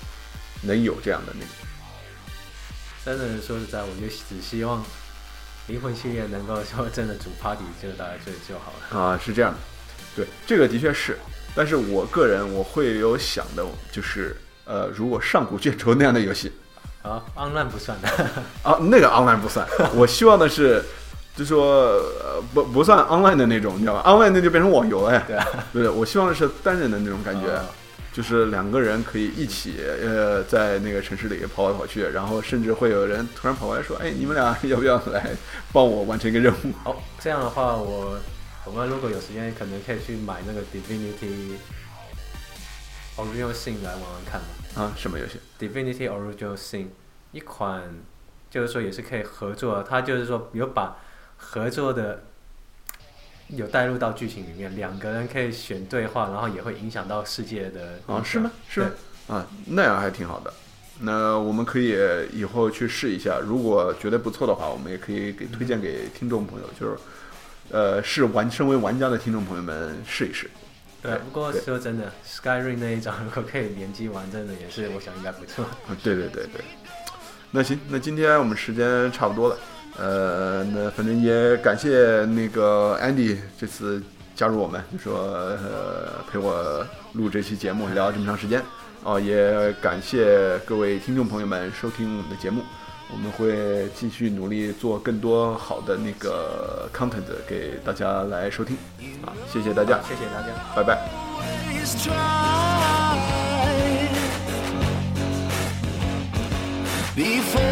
能有这样的那个？
真的说实在，我就只希望灵魂系列能够说真的主 party 就大概就就好了。
啊，是这样的，对，这个的确是，但是我个人我会有想的，就是呃，如果上古卷轴那样的游戏
好，online 不算的，
啊，那个 online 不算， 我希望的是，就说呃不不算 online 的那种，你知道吧？online 那就变成网游哎，
对啊，
对对，我希望的是单人的那种感觉。
哦
就是两个人可以一起，呃，在那个城市里跑来跑去，然后甚至会有人突然跑过来说：“哎，你们俩 要不要来帮我完成一个任务
好，这样的话我我们如果有时间，可能可以去买那个 Divinity Original Sin 来玩玩看吧。
啊？”什么游戏？
Divinity Original Sin 一款，就是说也是可以合作的，它就是说有把合作的有带入到剧情里面，两个人可以选对话，然后也会影响到世界的
啊，是吗？是吗
对？
啊，那样还挺好的。那我们可以以后去试一下，如果觉得不错的话，我们也可以给推荐给听众朋友，就是，呃，是玩身为玩家的听众朋友们试一试。
对，不过
对
说真的，Skyrim 那一张如果可以联机玩，真的也是我想应该不错。
啊，对对对对。那行，那今天我们时间差不多了，呃，那反正也感谢那个 Andy 这次加入我们，就说呃陪我录这期节目聊这么长时间，哦、也感谢各位听众朋友们收听我们的节目，我们会继续努力做更多好的那个 content 给大家来收听，啊，谢谢大家，
谢谢大家。
拜拜。
always try before